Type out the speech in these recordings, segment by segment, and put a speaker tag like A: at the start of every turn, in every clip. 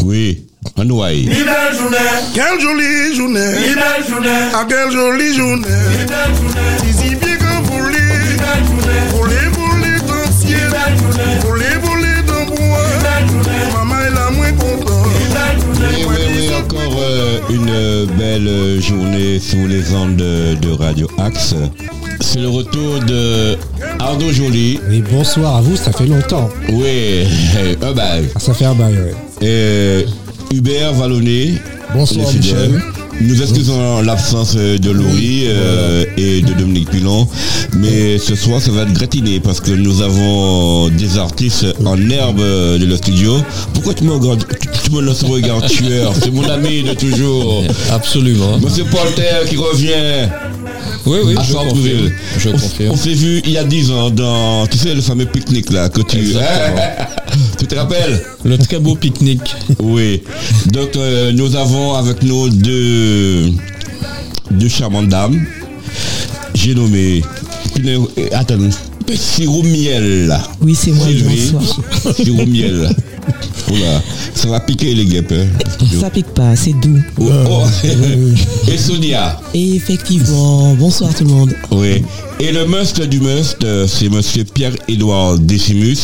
A: Oui, en Hawaï.
B: Ni belle journée,
C: Quelle jolie journée,
B: ni belle journée,
C: ah quelle jolie journée.
B: ni belle journée,
C: Si bien que vous
B: ni
C: voulez,
B: belle journée,
C: vous voulez, vous voulez dans le
B: ni
C: ciel,
B: belle journée,
C: vous voulez, vous voulez dans le
B: ni
C: bois.
B: belle journée,
C: Maman est la moins contente.
B: ni belle journée,
A: Et oui, oui, encore euh, une euh, belle euh, journée sous les ondes de, de Radio Axe. C'est le retour de Arnaud Joly.
D: Et bonsoir à vous, ça fait longtemps.
A: Oui, euh, bah,
D: Ah, ça fait un bail, ouais.
A: euh, Hubert Vallonnet.
D: Bonsoir,
A: les fidèles.
D: Michel.
A: Nous excusons l'absence euh, de Laurie euh, et de Dominique Pilon, mais ce soir ça va être gratiné parce que nous avons des artistes en herbe euh, de le studio. Pourquoi tu me regardes, tu, tu me lances un regard tueur C'est mon ami de toujours.
E: Absolument.
A: Monsieur Porter qui revient Ah,
E: Oui, oui,
A: à
E: je
A: Centreville.
E: confirme. Je
A: On s- On
E: confirme.
A: s'est vu il y a 10 ans dans, tu sais, le fameux pique-nique là que tu.
E: Exactement.
A: tu te rappelles
E: Le très beau pique-nique.
A: Oui. Donc euh, nous avons avec nous deux, deux charmantes dames. J'ai nommé. euh, Attends. Sirou Miel. là.
F: Oui, c'est moi,
A: Sylvie.
F: bonsoir.
A: Sirou Miel. Oula, ça va piquer les guêpes. hein.
F: Ça pique pas, c'est doux.
A: Oh, oh. Et Sonia.
F: Et effectivement, bonsoir tout le monde.
A: Oui. Et le must du must, euh, c'est monsieur Pierre-Édouard Décimus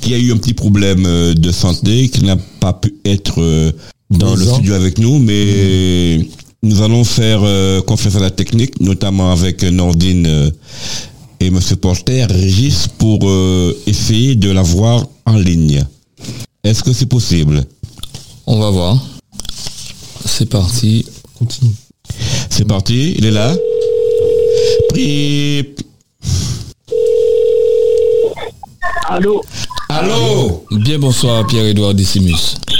A: qui a eu un petit problème euh, de santé, qui n'a pas pu être euh, dans le
D: Présent.
A: studio avec nous, mais nous allons faire euh, confiance à la technique, notamment avec Nordine euh, et monsieur Porter, Régis, pour euh, essayer de l'avoir en ligne. Est-ce que c'est possible
E: On va voir. C'est parti.
D: Continue.
A: C'est parti, il est là. Prip.
G: Allô,
A: Allô
E: Bien bonsoir Pierre-Édouard Décimus.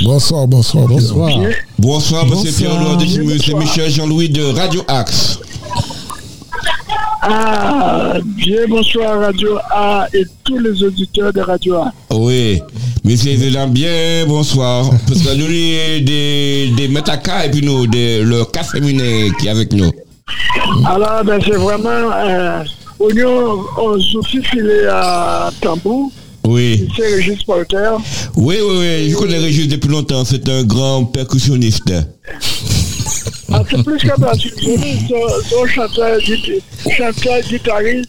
C: Bonsoir, bonsoir,
D: Bonsoir.
A: Bonsoir, monsieur
F: Bonsoir.
A: Pierre-Édouard Décimus, c'est Michel Jean-Louis de Radio Axe.
G: ah, bien bonsoir Radio A et tous les auditeurs de Radio A.
A: Oui, monsieur Zélan, bien, bonsoir. Parce que nous, les- des, des Mataka et puis nous, des- le cas féminin qui est avec nous.
G: Alors, ben, c'est vraiment, euh, Oignon, oh, on souffle filé à Tambou,
A: Oui,
G: c'est Régis Porter.
A: oui, oui, oui, je connais Régis depuis longtemps, c'est un grand percussionniste.
G: Ah, c'est plus que percussionniste, son, son chanteur, guit- chanteur, guitariste,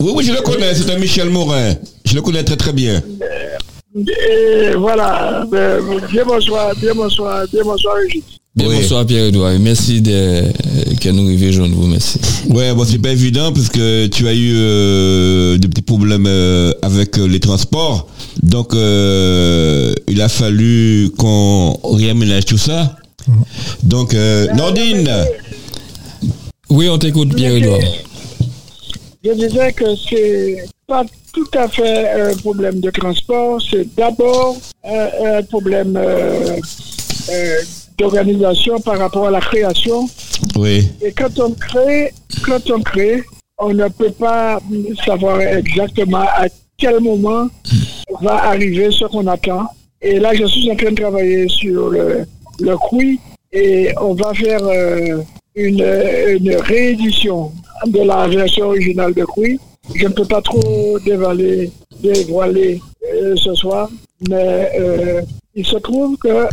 A: Oui, oui, je le connais, c'est un Michel Morin. Je le connais très très bien.
G: et voilà, ben, bien bonsoir, bien bonsoir, bien bonsoir Régis.
E: Bien
A: Oui.
E: bonsoir Pierre-Édouard. et Merci de euh, que nous arrivions joindre vous. Merci.
A: Ouais, bon, c'est pas évident parce que tu as eu euh, des petits problèmes euh, avec euh, les transports. Donc, euh, il a fallu qu'on réaménage tout ça. Donc, euh, Nordine,
E: Oui, on t'écoute Pierre-Édouard.
G: Je disais que c'est pas tout à fait un problème de transport, c'est d'abord un, un problème euh, euh, d'organisation par rapport à la création.
A: oui,
G: Et quand on crée, quand on crée, on ne peut pas savoir exactement à quel moment va arriver ce qu'on attend. Et là, je suis en train de travailler sur le, le quiz et on va faire euh, une, une réédition de la version originale de quiz. Je ne peux pas trop dévaler, dévoiler euh, ce soir, mais euh, il se trouve que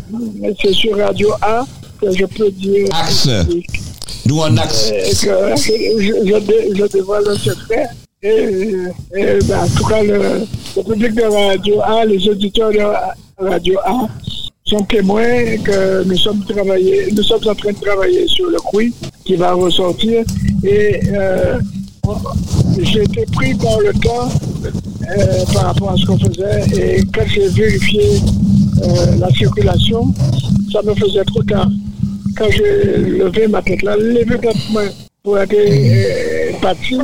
G: c'est sur Radio A que je peux dire
A: Axe. nous en axe.
G: et que je, je, dé- je dévoile un secret. Et, et, ben, en tout cas, le, le public de Radio A, les auditeurs de Radio A sont témoins que nous sommes, travaillés, nous sommes en train de travailler sur le quiz qui va ressortir. Et euh, on- j'ai été pris par le temps euh, par rapport à ce qu'on faisait. Et quand j'ai vérifié euh, la circulation, ça me faisait trop tard quand j'ai levé ma tête là, levé ma main pour aller euh, parti,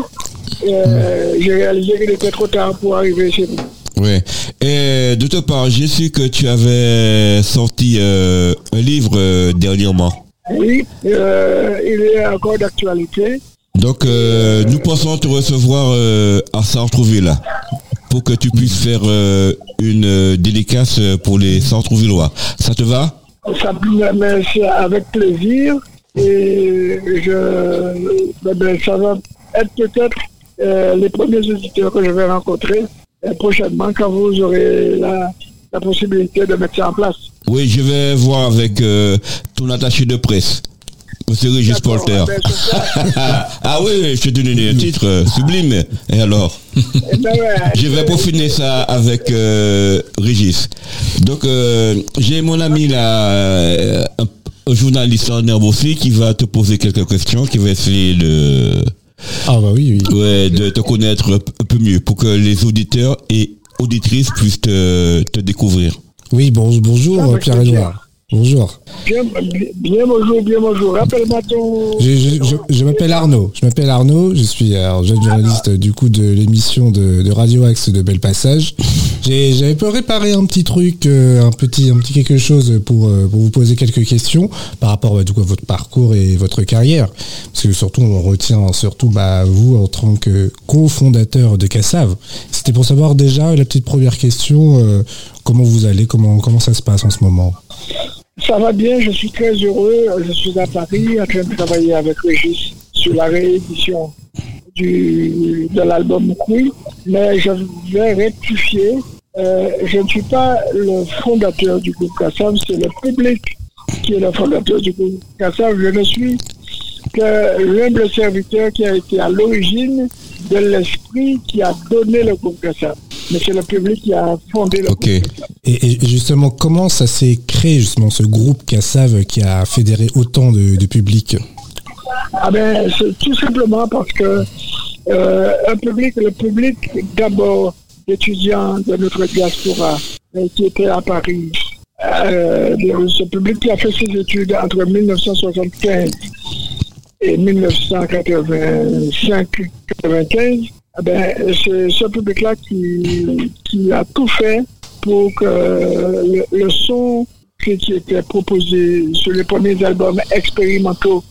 G: euh, j'ai réalisé qu'il était trop tard pour arriver chez nous.
A: Oui. Et d'autre part, j'ai su que tu avais sorti euh, un livre euh, dernièrement.
G: Oui, euh, il est encore d'actualité.
A: Donc, euh, nous pensons te recevoir euh, à Sartrouville pour que tu puisses faire euh, une euh, dédicace pour les Sartrouvillois. Ça te va
G: Ça, mais c'est avec plaisir et je, ben, ben, ça va être peut-être euh, les premiers auditeurs que je vais rencontrer euh, prochainement quand vous aurez la, la possibilité de mettre ça en place.
A: Oui, je vais voir avec euh, ton attaché de presse. Monsieur Régis
G: D'accord,
A: Polter.
G: ben, c'est ça.
A: ah oui, oui, je te donne un titre euh, sublime. Et alors
G: Eh ben, ouais.
A: Je vais peaufiner ça avec euh, Régis. Donc, euh, j'ai mon ami là, euh, un, un journaliste en herbe aussi, qui va te poser quelques questions, qui va essayer de,
D: Ah bah oui, oui.
A: ouais, de te connaître un p- un peu mieux pour que les auditeurs et auditrices puissent te, te découvrir.
D: Oui, bon,
G: Ah,
D: bonjour
G: bah,
D: Pierre-Edouard. Bonjour.
G: Bien, bien bonjour, bien bonjour. Rappelle-moi ton.
D: Je, je- je- je m'appelle Arnaud. Je m'appelle Arnaud. Je suis alors, jeune journaliste euh, du coup de l'émission de, de Radio Axe de Bel Passage. J'ai- J'avais pas réparé un petit truc, euh, un petit, un petit quelque chose pour, euh, pour vous poser quelques questions par rapport bah, du coup, à votre parcours et votre carrière. Parce que surtout, on retient surtout bah, vous en tant que cofondateur de Cassav. C'était pour savoir déjà la petite première question euh, comment vous allez, comment, comment ça se passe en ce moment.
G: Ça va bien, je suis très heureux. Je suis à Paris en train de travailler avec Régis sur la réédition du, de l'album Queen. Mais je vais rectifier. euh, je ne suis pas le fondateur du groupe Kassam, c'est le public qui est le fondateur du groupe Kassam. Je ne suis que l'humble serviteur qui a été à l'origine de l'esprit qui a donné le groupe Kassam. Mais c'est le public qui a fondé le
A: Ok.
G: groupe
D: Et, et justement, comment ça s'est créé justement ce groupe Cassav qui a fédéré autant de, de public
G: Ah ben, c'est tout simplement parce que euh, un public, le public d'abord d'étudiants de notre diaspora euh, qui était à Paris, euh, de- ce public qui a fait ses études entre 1975 et 1985-95, eh ben, c'est ce public-là qui, qui a tout fait pour que le, le son qui qui était proposé sur les premiers albums expérimentaux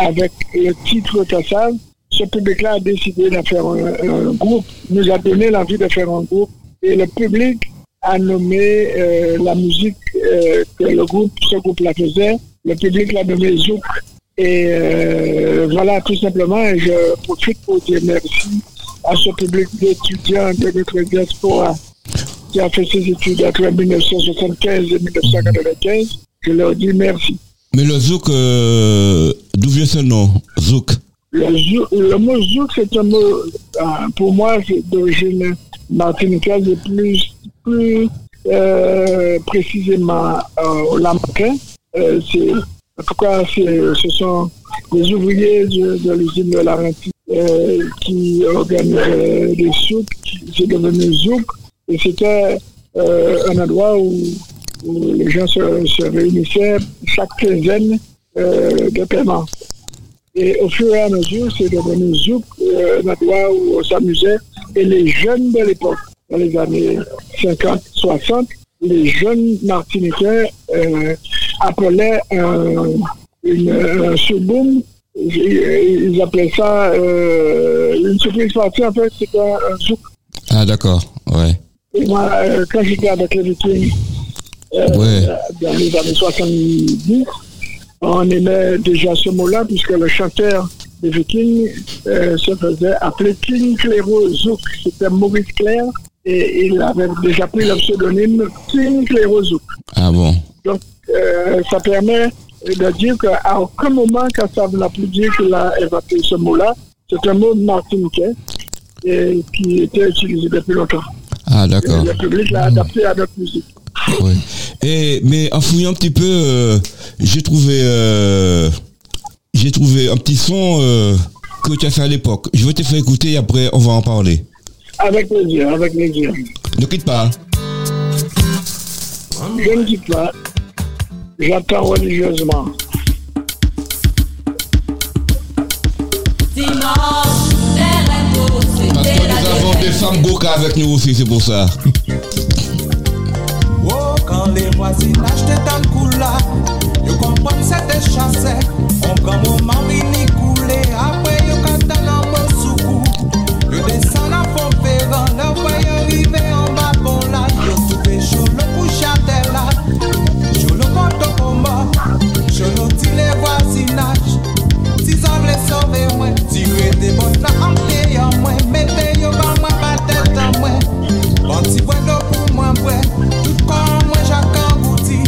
G: avec le titre Tassal, ce public-là a décidé de faire un, un groupe, nous a donné l'envie de faire un groupe et le public a nommé euh, la musique euh, que le groupe, ce groupe-là faisait, le public l'a nommé Zouk. Et euh, voilà, tout simplement, et je profite pour dire merci à ce public d'étudiants de notre diaspora qui a fait ses études entre 1975 et 1995. Je leur dis merci.
A: Mais le Zouk, euh, d'où vient ce nom Zouk.
G: Le, zou- le mot zouk, c'est un mot, euh, pour moi, c'est d'origine martiniquaise et plus, plus euh, précisément euh, lamantin. Euh, c'est- en tout cas, c'est- ce sont des ouvriers de, de l'usine de la Rentie, euh, qui organisaient des souks. C'est devenu zouk et c'était euh, un endroit où, où les gens se, se réunissaient chaque quinzaine euh, de paiement. Et au fur et à mesure, c'est devenu Zouk, euh, un endroit où on s'amusait. Et les jeunes de l'époque, dans les années 50, 60, les jeunes martiniquais euh, appelaient un, une, un surboom. Ils, ils appelaient ça euh, une surprise partie. En fait, c'était un, un Zouk.
A: Ah d'accord, ouais.
G: Et moi, euh, quand j'étais avec les Vikings,
A: Ouais.
G: dans les années 70, on aimait déjà ce mot-là, puisque le chanteur des Vikings euh, se faisait appeler King Cléro Zouk. C'était Maurice Clair, et il avait déjà pris le pseudonyme King Cléro Zouk.
A: Ah bon.
G: Donc, euh, ça permet de dire qu'à aucun moment, quand ça n'a plus dit qu'il a évoqué ce mot-là, c'est un mot martiniquais et qui était utilisé depuis longtemps.
A: Ah
G: Et
A: d'accord.
G: le public l'a adapté à notre musique.
A: Ouais. Et mais en fouillant un petit peu, euh, j'ai trouvé euh, j'ai trouvé un petit son euh, que tu as fait à l'époque. Je vais te faire écouter et après on va en parler.
G: Avec plaisir, avec plaisir.
A: Ne quitte pas. hein.
G: Je ne dis pas, j'attends religieusement.
A: Parce que nous avons des femmes Goka avec nous aussi, c'est pour ça.
H: Oh, quand les voisinages de Tankoula, yo comprend c'était chassé. On prend moment vini couler, après yo cantant en Bossoukou. Yo descend à Fonferrand, le voyant arrivé en bas pour là. Yo soufflé chaud le couche à terre là. Chaud le compte au coma, chaud le dit les voisinages. Si ça voulait sauver moi, tirer des bottes là en pied en moi, mettez yo dans ma tête en moi. Bon, si bueno pour moi, ouais, tout comme moi, j'accangouti.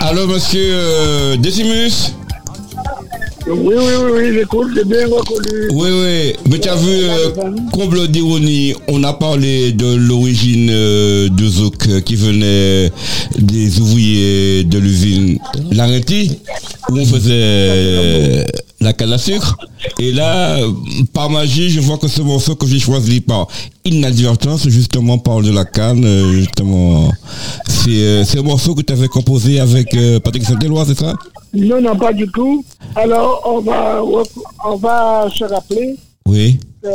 A: Allô, monsieur euh, Decimus
G: Oui, oui, oui, oui, j'écoute, j'ai bien reconnu.
A: Oui, oui. Mais tu as vu, euh, comble d'ironie, on a parlé de l'origine euh, de Zouk euh, qui venait des ouvriers de l'usine Larentie, où on faisait euh, la canne à sucre. Et là, euh, par magie, je vois que ce morceau que j'ai choisi par inadvertance, justement, parle de la canne, euh, justement. C'est euh, c'est un morceau que tu avais composé avec euh, Patrick Saint-Éloi, c'est ça
G: Non, non, pas du tout. Alors, on va, rep- on va se rappeler
A: Oui.
G: que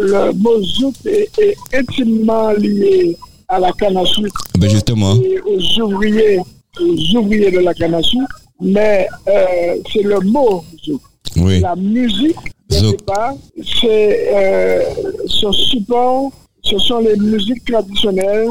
G: le mot zouk est, est intimement lié à la canne à sucre
A: Ben justement.
G: et aux ouvriers, aux ouvriers de la canne à sucre, mais euh, c'est le mot zouk.
A: Oui.
G: La musique, je
A: Zouk.
G: sais pas, c'est euh, son support, ce sont les musiques traditionnelles.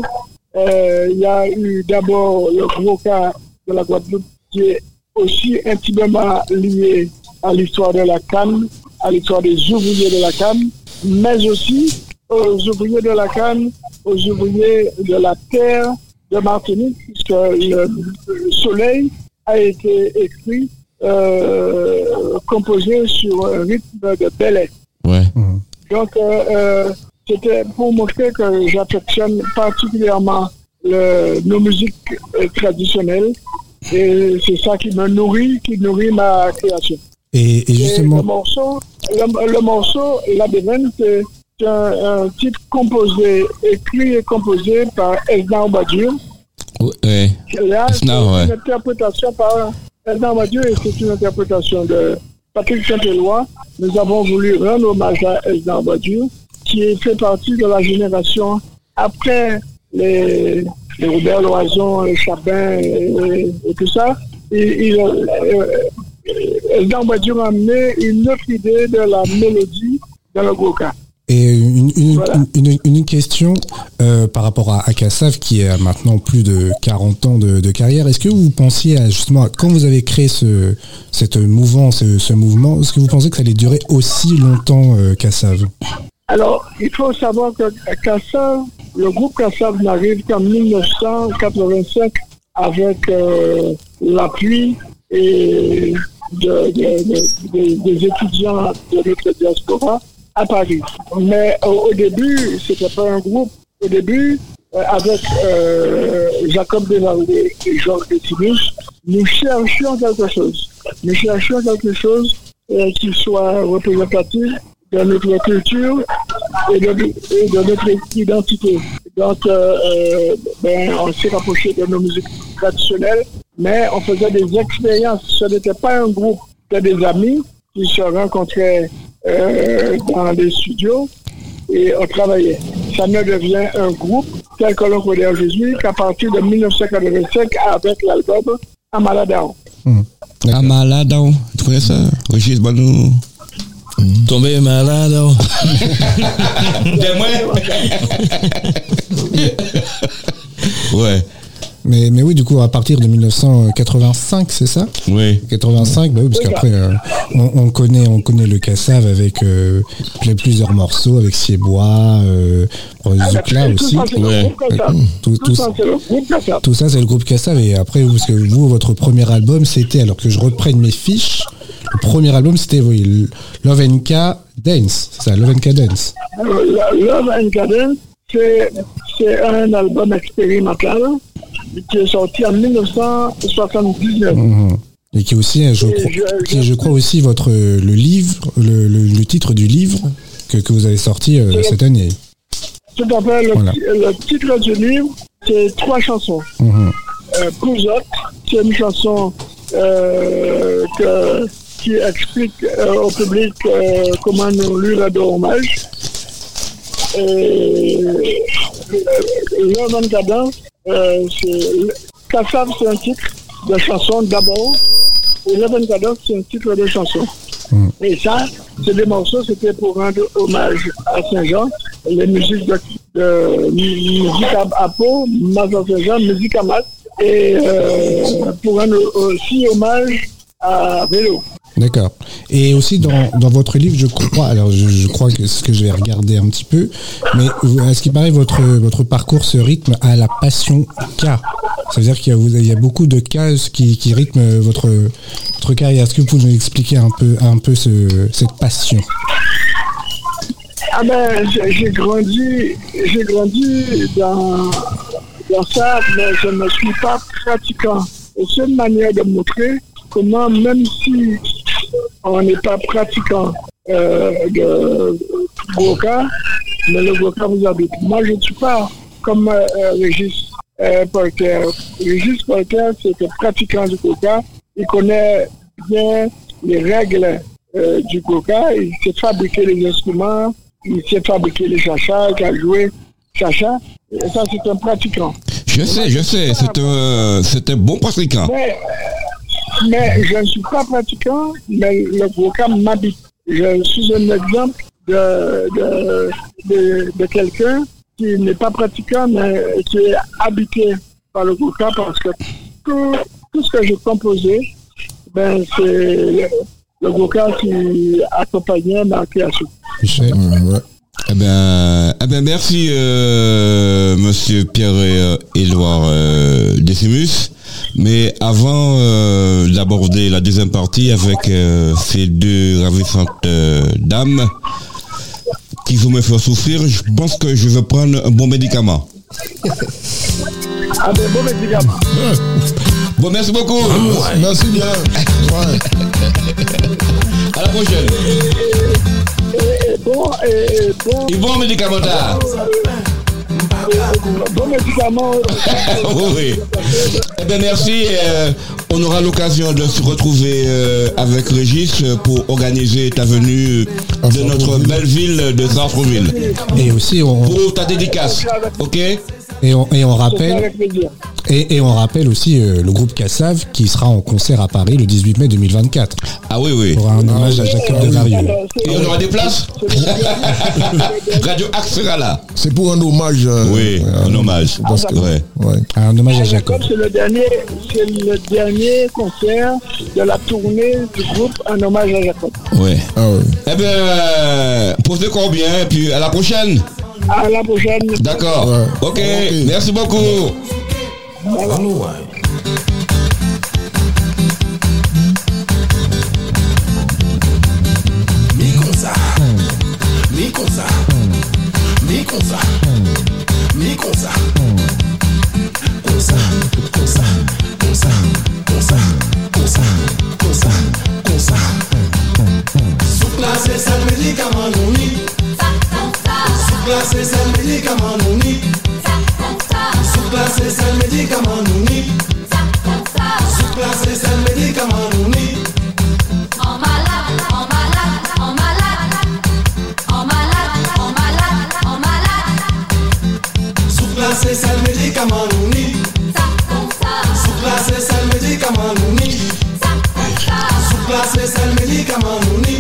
G: Euh, Il y a eu d'abord le gros cas de la Guadeloupe qui est aussi intimement lié à l'histoire de la canne, à l'histoire des ouvriers de la canne, mais aussi aux ouvriers de la canne, aux ouvriers de la terre de Martinique, puisque le soleil a été écrit, euh, composé sur un rythme de Belay.
A: Ouais.
G: Donc, euh, euh, c'était pour montrer que j'affectionne particulièrement le- nos musiques euh, traditionnelles. Et c'est ça qui me nourrit, qui nourrit ma création.
D: Et, et
G: Et le
D: justement,
G: morceau, le, le morceau La Bévenne, c'est c'est un, un titre composé, écrit et composé par Elna Obadur.
A: Ouais.
G: Là, c'est
A: Esna, ouais.
G: une interprétation par Elna Obadur et c'est une interprétation de Patrick Saint-Éloi. Nous avons voulu rendre hommage à Elna Obadur, qui fait partie de la génération après les, les Robert Loison, les Chabin et, et tout ça. Et, il, euh, Eldan Badiou a amené une autre idée de la mélodie dans le Goka.
D: et une, une,
G: Voilà.
D: une, une- une question euh, par rapport à Akassav qui a maintenant plus de 40 ans de, de carrière. Est-ce que vous pensiez à, justement, à- quand vous avez créé ce, cette mouvance, ce, ce mouvement, est-ce que vous pensez que ça allait durer aussi longtemps euh, qu'Akassav
G: Alors, il faut savoir que Kassav, le groupe Kassav n'arrive qu'en 1985 avec euh, l'appui et de- de- de- de- des étudiants de notre diaspora à Paris. Mais euh, au, au début, c'était pas un groupe. Au début, euh, avec euh, Jacob Desarnais et Georges Détimus, nous cherchions quelque chose. Nous cherchions quelque chose euh, qui soit représentatif de notre culture et de, et de notre identité. Donc, euh, euh, ben, on s'est rapproché de nos musiques traditionnelles, mais on faisait des expériences. Ce n'était pas un groupe, c'était des amis qui se rencontraient euh, dans des studios et on travaillait. Ça ne devient un groupe tel que l'on connaît aujourd'hui qu'à partir de 1985 avec l'album Amaladao.
A: Amaladão. Tu connais hein. ça Régis Balou.
E: Hmm. Tombé malade. oh.
A: Ouais,
D: mais, mais oui, du coup, à partir de 1985, c'est ça
A: oui.
D: 85, bah oui, parce qu'après, euh, on, on connaît, on connaît le Cassav avec euh, ple- plusieurs morceaux, avec Siebois, euh, Zucla
G: Ah, bah, Tout
D: aussi. Mmh.
G: ça, c'est le
A: ouais.
G: groupe comme ça.
D: Tout,
G: Tout
D: tout-
G: ça, c'est le groupe comme ça.
D: tout ça, c'est le groupe Cassav. Et après, vous, parce que vous, votre premier album, c'était, alors que je reprenne mes fiches, le premier album, c'était oui, L- Love and K Dance. C'est ça, Love and K Dance.
G: La- Love and Cadence, c'est c'est un album expérimental qui est sorti en 1979.
D: Et qui est aussi, euh, je
G: Et
D: crois,
G: je-
D: qui est, je crois aussi votre, euh, le livre, le, le- le titre du livre que, que vous avez sorti euh, cette année.
G: Tout à fait, le,
D: Voilà.
G: ti- le titre du livre, c'est trois chansons. Euh, pour autres, c'est une chanson euh, que- qui explique euh, au public euh, comment nous lui rendons hommage. Et L'homme en cadence, euh, c'est Kassav, c'est un titre de chanson d'abord. Et L'homme en cadence, c'est un titre de chanson. Et ça, c'est des morceaux, c'était pour rendre hommage à Saint-Jean, les musiques de, de- musique à, à Pau, Mas à Saint-Jean, musique à Mat, et euh, pour rendre aussi hommage à Vélo.
D: D'accord. Et aussi dans, dans votre livre, je crois, alors je, je crois que c'est ce que je vais regarder un petit peu, mais vous- à ce qui paraît, votre, votre parcours se rythme à la passion K. Ça veut dire qu'il y a, vous- il y a beaucoup de cases qui, qui rythment votre, votre carrière. Est-ce que vous pouvez nous expliquer un peu, un peu ce, cette passion
G: Ah ben, j'ai- j'ai grandi, j'ai grandi dans, dans ça, mais je ne suis pas pratiquant. Et C'est une manière de montrer comment, même si on n'est pas pratiquant euh, de Goka, mais le Goka vous habite. Moi, je ne suis pas comme euh, euh, Régis euh, Porter. Régis Porter, c'est un pratiquant du Goka. Il connaît bien les règles euh, du Goka. Il sait fabriquer les instruments. Il sait fabriquer les chachas. Il a joué chacha. Et ça, c'est un pratiquant.
A: Je sais, je sais, c'est un, euh, c'est un bon pratiquant.
G: Mais, mais je ne suis pas pratiquant, mais le programme m'habite. Je suis un exemple de, de, de, de quelqu'un qui n'est pas pratiquant, mais qui est habité par le programme parce que tout, tout ce que j'ai composé, ben, c'est le, le programme qui accompagnait ma création.
D: Michel
A: Eh ben, eh ben merci euh, Monsieur Pierre Édouard euh, Décimus. Mais avant euh, d'aborder la deuxième partie avec euh, ces deux ravissantes euh, dames qui vont me faire souffrir, je pense que je vais prendre un bon médicament.
G: Ah ben, bon médicament.
A: Bon, merci beaucoup.
I: Merci bien. Ouais.
A: À la prochaine.
G: Et bon, et, et bon,
A: Et bon médicamentat.
G: bon médicament.
A: oui. Eh bien, merci. euh, on aura l'occasion de se retrouver euh, avec Régis euh, pour organiser ta venue de notre belle ville de Sartreville.
D: Et aussi, on,
A: Pour ta dédicace. Ok
D: et on, et on
G: ce sera
D: rappelle,
G: avec plaisir.
D: et, et on rappelle aussi euh, le groupe Cassav qui sera en concert à Paris le 18 mai 2024
A: Ah oui, oui.
D: pour un hommage à Jacob
I: Ah
D: de Varieux.
A: Et on aura des places Radio Axe sera là.
I: C'est pour un hommage. euh,
A: Oui,
I: euh,
A: un hommage. Ouais.
I: ouais.
D: Un hommage à Jacob.
G: Jacob, c'est le dernier, c'est le dernier concert de la tournée du groupe en hommage à Jacob.
A: Ouais.
I: Ah ouais.
A: Eh bien, euh, posez combien et puis à la prochaine.
G: À la prochaine.
A: D'accord.
I: Ouais.
A: Ok.
I: Ok.
A: Merci beaucoup.
H: Mi kon sa, mi kon sa, mi kon sa, mi kon sa Kon sa, kon sa, kon sa, kon sa, kon sa, kon sa, kon sa Souk la se sel medikaman nou ni Souk la se sel medikaman nou ni Souk la se sel medikaman nou ni Souk la se sel medikaman nou ni Souk la se sel medikaman nou ni Souk la se sel medikaman nou ni Souk la se sel medikaman nou ni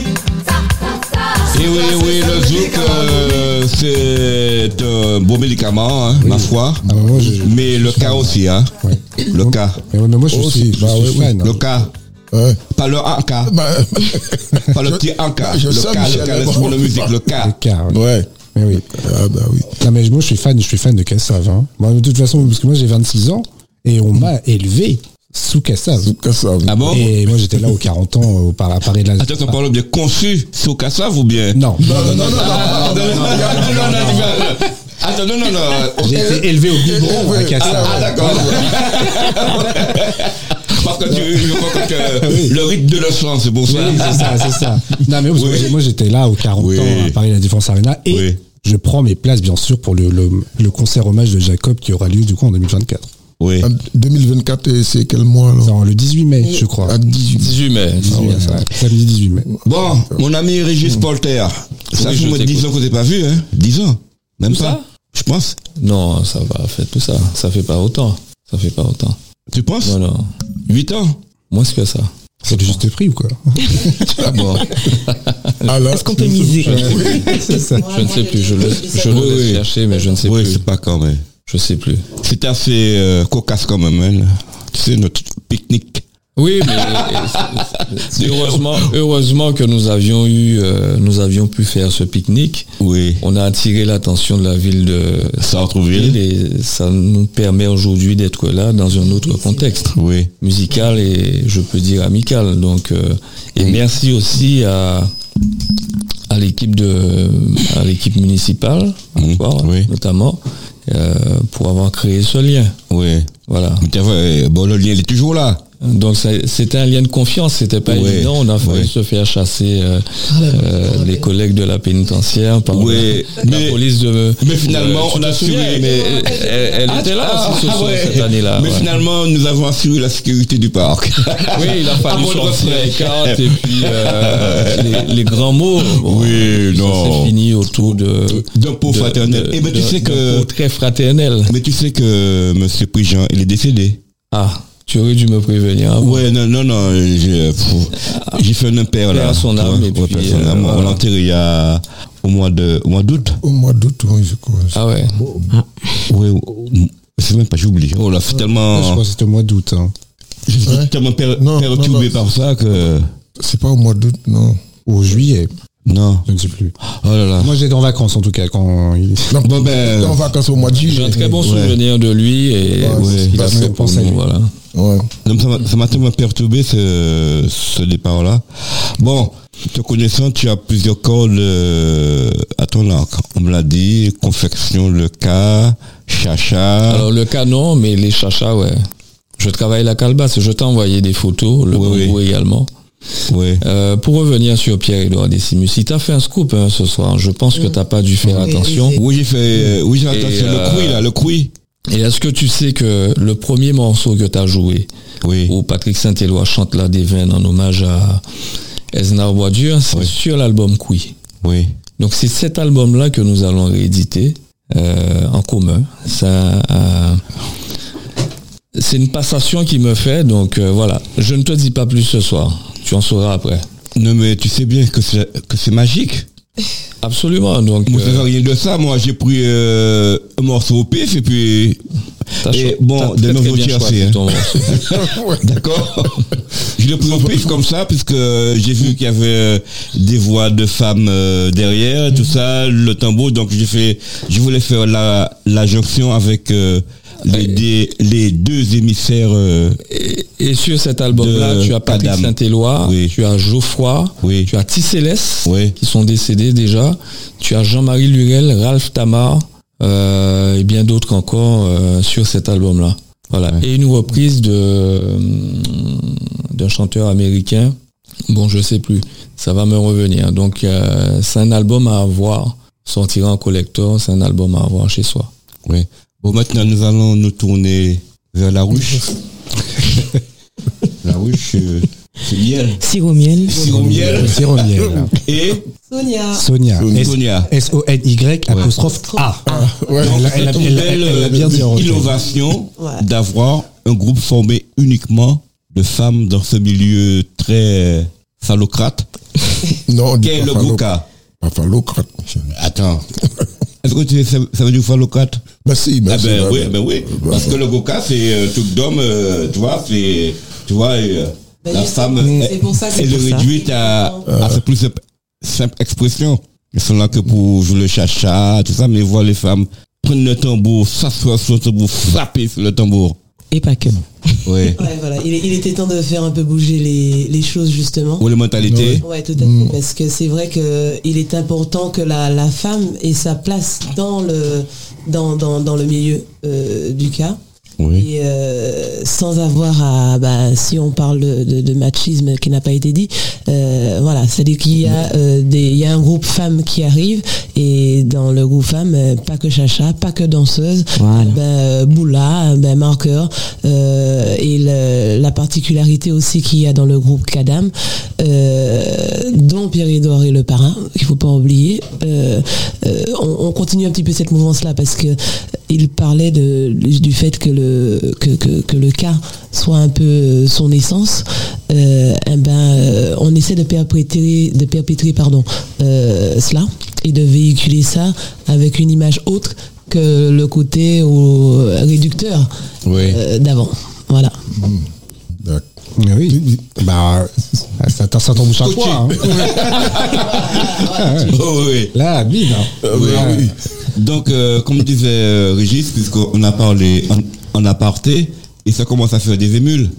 A: Et oui, oui, le zouk, euh, c'est un bon médicament, hein, ma foi.
D: Ah, bah, moi, je-
A: Mais le cas aussi, hein.
D: Ouais.
A: Le cas.
D: Mais, ouais, mais moi, je
I: Oh,
D: suis,
I: si,
D: je
I: bah
D: suis
I: ouais, oui.
D: fan. hein.
A: Le cas.
I: Ouais.
A: Pas le un cas.
I: Bah,
A: Pas le petit un cas.
I: je
A: Le
I: sais,
A: cas, le
I: Michel,
A: cas,
I: mais
A: laisse-moi
I: bon.
A: la musique, le cas.
D: Le car, ouais.
I: ouais.
D: Mais oui.
I: Ah bah oui.
D: Non, mais moi, je suis fan, je suis fan de Cassav. Hein. Moi, de toute façon, parce que moi, j'ai 26 ans et on m'a élevé sous Cassav.
I: Que ça.
A: Ah bon
D: Et moi, j'étais là aux 40 ans au par- à Paris de la.
A: Attends, on parle de conçu sous Kassav ou bien
D: Non.
I: Non, non, non,
A: Ah, non, non, non, non, non, non, non. Attends, non, euh, non, non.
D: J'ai été élevé au biberon à
I: Élevé.
D: Cassav.
A: Ah, d'accord. Parce que tu je crois que le rythme de le sang, c'est pour ça.
D: Oui, c'est ça, c'est ça. Non, mais parce que
A: Oui.
D: moi, moi, j'étais là aux 40
A: Oui.
D: ans à Paris La Défense Arena et
A: Oui.
D: je prends mes places, bien sûr, pour le, le, le concert hommage de Jacob qui aura lieu du coup en 2024.
A: Oui.
I: En 2024, et c'est quel mois Ah, là
D: Non, le 18 mai, je crois.
I: À 18.
E: 18 mai.
D: Samedi 18 mai.
A: Bon, mon ami Régis Polter, ça
E: Oui,
A: fait
E: je
A: moi
E: t'écoute.
A: 10 ans que t'es pas vu, hein 10 ans Même
E: Tout
A: pas
E: ça
A: Je pense.
E: Non, ça va faire tout ça. Ça fait pas autant. Ça fait pas autant.
A: Tu penses
E: Non, non.
A: 8 ans
E: Moins que ça.
D: C'est le juste prix ou quoi
E: Ah bon,
I: Alors,
F: Est-ce qu'on peut miser
D: C'est ça.
E: je ne sais plus. Je le, je le
A: Oui,
E: laisse
A: oui.
E: chercher, mais je ne sais
A: Oui,
E: plus.
A: c'est pas quand même.
E: Je sais plus.
A: C'était assez euh, cocasse quand même, hein, là. Tu sais, notre pique-nique.
E: Oui, mais euh, c'est- heureusement, heureusement que nous avions eu, euh, nous avions pu faire ce pique-nique.
A: Oui.
E: On a attiré l'attention de la ville de
A: Sartrouville.
E: et ça nous permet aujourd'hui d'être là dans un autre contexte
A: Oui.
E: musical et je peux dire amical. Donc, euh, et merci aussi à à l'équipe de euh, à l'équipe municipale,
A: Mhm,
E: encore,
A: oui.
E: notamment, euh, pour avoir créé ce lien.
A: Oui.
E: Voilà.
A: Mais t'as vu, euh, Bon, le lien il est toujours là.
E: Donc ça- c'était un lien de confiance, c'était pas
A: Ouais,
E: évident. On a failli
A: ouais.
E: se faire chasser euh,
F: Ah, ben,
E: euh, les collègues de la pénitentiaire par
A: Ouais,
E: la,
A: mais-
E: la police de.
A: mais finalement,
E: tu
A: on
E: te
A: a
E: souviens,
A: assuré.
E: Mais elle, elle était là
A: euh, Ah,
E: aussi, ce
A: ah,
E: soir,
A: ouais.
E: cette année-là.
A: Mais
E: ouais.
A: finalement, nous avons assuré la sécurité du parc.
E: oui, il a
A: Ah,
E: fallu
A: bon,
E: sortir
A: le
E: les cartes et puis euh, les, les grands mots. Bon,
A: Oui,
E: ça
A: non.
E: s'est fini autour de.
A: D'un pot
E: de-
A: Oh. fraternel.
E: de-
A: Eh ben, tu
E: de-
A: sais
E: d'un
A: que-
E: pot très fraternel.
A: Mais tu sais que Monsieur Prigent, il est décédé.
E: Ah, tu aurais dû me prévenir. avant.
A: Ouais, non, non, non. j'ai- pff, J'ai fait un impair là.
E: Père à son âme,
A: Ouais,
E: et
A: ouais,
E: puis,
A: père à son
E: euh,
A: âme. On
E: voilà.
A: l'a enterré il y a au mois de au mois d'août.
I: Au mois d'août, oui, je crois.
E: Ah ouais.
A: Oui. C'est même pas j'ai oublié. Oh là, c'est
D: Ah, Je
A: tellement,
D: crois que c'était au mois d'août. hein.
A: je suis
I: Ouais.
A: tellement per-
I: Non,
A: perturbé
I: non, non.
A: par ça que
I: C'est pas au mois d'août, non.
D: Ou juillet,
A: non.
D: je ne sais plus.
A: Oh là là.
D: Moi, j'étais en vacances, en tout cas, quand il...
I: Non,
A: Bon, ben,
D: Euh,
I: t'es en vacances au mois de
E: J'ai
I: juillet.
E: un très bon souvenir de lui et
D: Bah,
I: Ouais,
E: ce qu'il
I: ouais,
E: a
I: ouais,
E: fait pour
D: pensez à
E: nous,
D: lui.
E: voilà.
I: Ouais.
A: Donc ça m'a- ça m'a tellement perturbé ce, ce départ-là. Bon, te connaissant, tu as plusieurs cordes euh, à ton arc. On me l'a dit, confection, le cas, chacha.
E: Alors le canon, mais les chachas, ouais. Je travaille la calebasse, je t'ai envoyé des photos, le
A: Oui, oui.
E: Congo également.
A: ouais.
E: Euh, pour revenir sur Pierre-Édouard Décimus, il t'a fait un scoop hein, ce soir, je pense que t'as pas dû faire
F: Oui,
E: attention.
F: oui,
A: Oui, j'ai fait, euh, oui, j'ai
E: Et,
A: attention,
E: euh,
A: le crouy, là, le crouy.
E: Et est-ce que tu sais que le premier morceau que t'as joué,
A: Oui.
E: où Patrick Saint-Éloi chante La Dévaine en hommage à Esnar Boisdur, c'est
A: Oui.
E: sur l'album Couille.
A: Oui.
E: Donc c'est cet album-là que nous allons rééditer euh, en commun. Ça, euh, c'est une passation qui me fait, donc euh, voilà. Je ne te dis pas plus ce soir. Tu en sauras après.
A: Non, mais tu sais bien que c'est, que c'est magique.
E: Absolument. Donc
A: Moi,
E: euh,
A: je sais rien de ça. Moi, j'ai pris euh, un morceau au pif et puis...
E: t'as
A: Et
E: cho-
A: bon,
E: t'as
A: de
E: très, très
A: nouveau
E: bien
A: tiercé,
E: choisi
A: hein.
E: ton morceau.
A: D'accord. Je l'ai pris au pif comme ça, puisque j'ai vu qu'il y avait euh, des voix de femmes euh, derrière, tout ça, le tambour. Donc j'ai fait, je voulais faire la, la jonction avec euh, les, des- les deux émissaires. euh,
E: Et, et sur cet album-là,
A: De
E: tu as Patrick
A: Padam.
E: Saint-Éloi,
A: Oui.
E: Ah, tu as Geoffroy,
A: Oui.
E: tu as Tisselès,
A: Oui.
E: qui sont décédés déjà, tu as Jean-Marie Lurel, Ralph Tamar, euh, et bien d'autres encore euh, sur cet album-là. Voilà. Et une reprise de euh, d'un chanteur américain. Bon, je sais plus. Ça va me revenir. Donc, euh, c'est un album à avoir. Sortira en collector, c'est un album à avoir chez soi.
A: Oui. Bon, maintenant nous allons nous tourner vers la ruche. la ruche, euh, c'est miel.
F: Sirop miel.
A: Sirop miel
D: Sirop miel.
A: et
F: Sonia.
D: Euh, Sonia. S-
A: Sonia.
D: S-O-N-Y apostrophe A.
A: Donc,
D: Elle a- elle a-
A: c'est
D: elle
A: une
D: a-
A: belle
D: elle a bien dit en
A: euh,
D: retrait.
A: innovation
F: Ouais.
A: d'avoir un groupe formé uniquement de femmes dans ce milieu très euh, phallocrate
I: Non, on dit
A: qu'est
I: pas
A: le
I: phallo-
A: Gouka.
I: pas phallocrate, monsieur.
A: Attends. Est-ce que tu sais, ça veut dire phallocrate
D: Bah,
I: Merci,
A: Ah
I: merci.
A: ben
I: madame.
A: oui, ben oui. Parce que le Gouka, c'est euh, tout d'homme, euh, tu vois, c'est. Tu vois, euh,
F: Ben,
A: la
F: je-
A: femme,
F: c'est
A: elle-
F: pour ça que c'est
A: elle
F: pour
A: est
F: ça.
A: réduite à, à sa plus simple- simple expression. Ils sont là que pour jouer le chacha, tout ça, mais voir les femmes prendre le tambour, s'asseoir sur le tambour, frapper sur le tambour.
F: Et pas que.
J: Ouais,
A: Ouais.
J: voilà. il, il était temps de faire un peu bouger les, les choses justement.
A: Ou les mentalités.
J: Ouais, tout à fait.
A: Mm.
J: Parce que c'est vrai que il est important que la, la femme ait sa place dans le, dans, dans, dans le milieu euh, du cas.
A: Oui.
J: Et euh, sans avoir à, bah, si on parle de, de- de machisme qui n'a pas été dit, euh, voilà, c'est-à-dire qu'il y a euh, des, il y a un groupe femmes qui arrive et dans le groupe femmes, euh, pas que Chacha, pas que danseuse,
F: Voilà.
J: ben, euh, Boula, ben, marqueur euh, et le- la particularité aussi qu'il y a dans le groupe Kadam, euh, dont Pierre Édouard est le parrain, qu'il faut pas oublier. Euh, euh, on, on continue un petit peu cette mouvance-là parce que il parlait de, du fait que le que, que, que le cas soit un peu euh, son essence. Euh, eh ben, euh, on essaie de perpétrer, de perpétrer pardon, euh, cela et de véhiculer ça avec une image autre que le côté au réducteur
A: Oui.
J: euh, d'avant. Voilà.
I: D'accord.
D: Mais bah, oui. Bah, ça, ça, ça tombe chaque fois. hein.
A: Oh, oui.
D: Là, bim. hein.
A: Euh, oui,
D: Là,
A: oui. Donc, euh, comme disait euh, Régis, puisqu'on a parlé en, en aparté, et ça commence à faire des émules.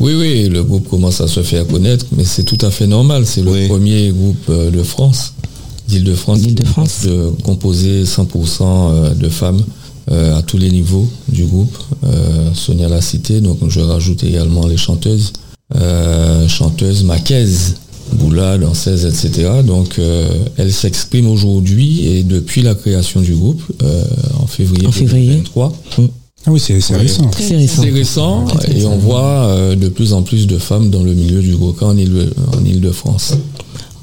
E: Oui, oui, le groupe commence à se faire connaître, mais c'est tout à fait normal. C'est le
A: Oui.
E: premier groupe euh, de France, d'Île-de-France,
F: D'Île-de-France.
E: de- composé 100% euh, de femmes euh, à tous les niveaux du groupe. Euh, Sonia l'a cité, donc je rajoute également les chanteuses, euh, chanteuses maquaises, boula, danseuses, etc. Donc euh, elles s'expriment aujourd'hui et depuis la création du groupe euh, en février
F: En février.
E: 2023.
D: Ah oui, c'est c'est récent.
F: Très récent.
E: C'est récent
F: Très, très
E: et on
F: récent.
E: voit euh, de plus en plus de femmes dans le milieu du Groca en Ile- en Ile-de-France.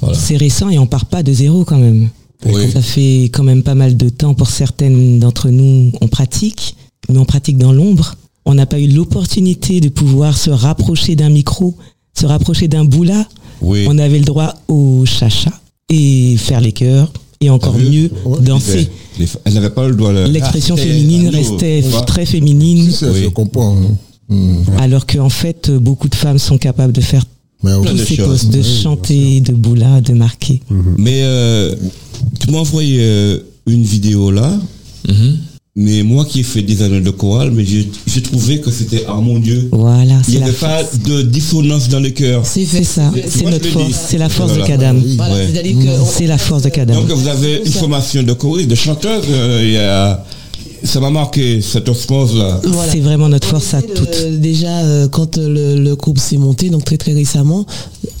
E: Voilà.
F: C'est récent et on part pas de zéro quand même.
E: Oui.
F: Ça fait quand même pas mal de temps pour certaines d'entre nous. On pratique, mais on pratique dans l'ombre. On n'a pas eu l'opportunité de pouvoir se rapprocher d'un micro, se rapprocher d'un boula.
A: Oui.
F: On avait le droit au chacha et faire les chœurs et encore
A: T'as vu
F: mieux
A: Ah Ouais.
F: danser.
A: Les f- Elle n'avait pas le doigt là.
F: L'expression
A: Ah, c'était
F: féminine
A: à nous,
F: restait
A: tu vois.
F: très féminine,
I: Si, c'est-
A: Oui.
I: je comprends. hein. Hmm.
F: alors qu'en fait, beaucoup de femmes sont capables de faire
I: Mais
A: Plein
F: tous
A: de
F: ces
A: choses.
F: postes, de chanter, de boula, de marquer.
A: Mais euh, tu m'as envoyé euh, une vidéo là,
E: Mhm.
A: mais moi qui ai fait des années de chorale, mais j'ai j'ai trouvé que c'était harmonieux.
F: Voilà,
A: Il
F: c'est
A: n'y
F: la
A: avait pas
F: force.
A: de dissonance dans le cœur.
J: C'est
F: C'est
J: fait.
F: ça,
A: C'est-
F: c'est
A: moi, je
F: notre
A: le
F: force,
A: dis.
F: c'est la force de
A: Voilà.
F: Kadam.
J: Voilà,
A: Ouais.
J: c'est-à-dire que on-
F: C'est la force de Kadam.
A: Donc vous avez une formation de choriste, de chanteuse, euh, il y a- ça m'a marqué cette osmose là.
J: Voilà.
F: C'est vraiment notre force à
J: On essaie de-
F: toutes.
J: Déjà, euh, quand le, le groupe s'est monté, donc très très récemment,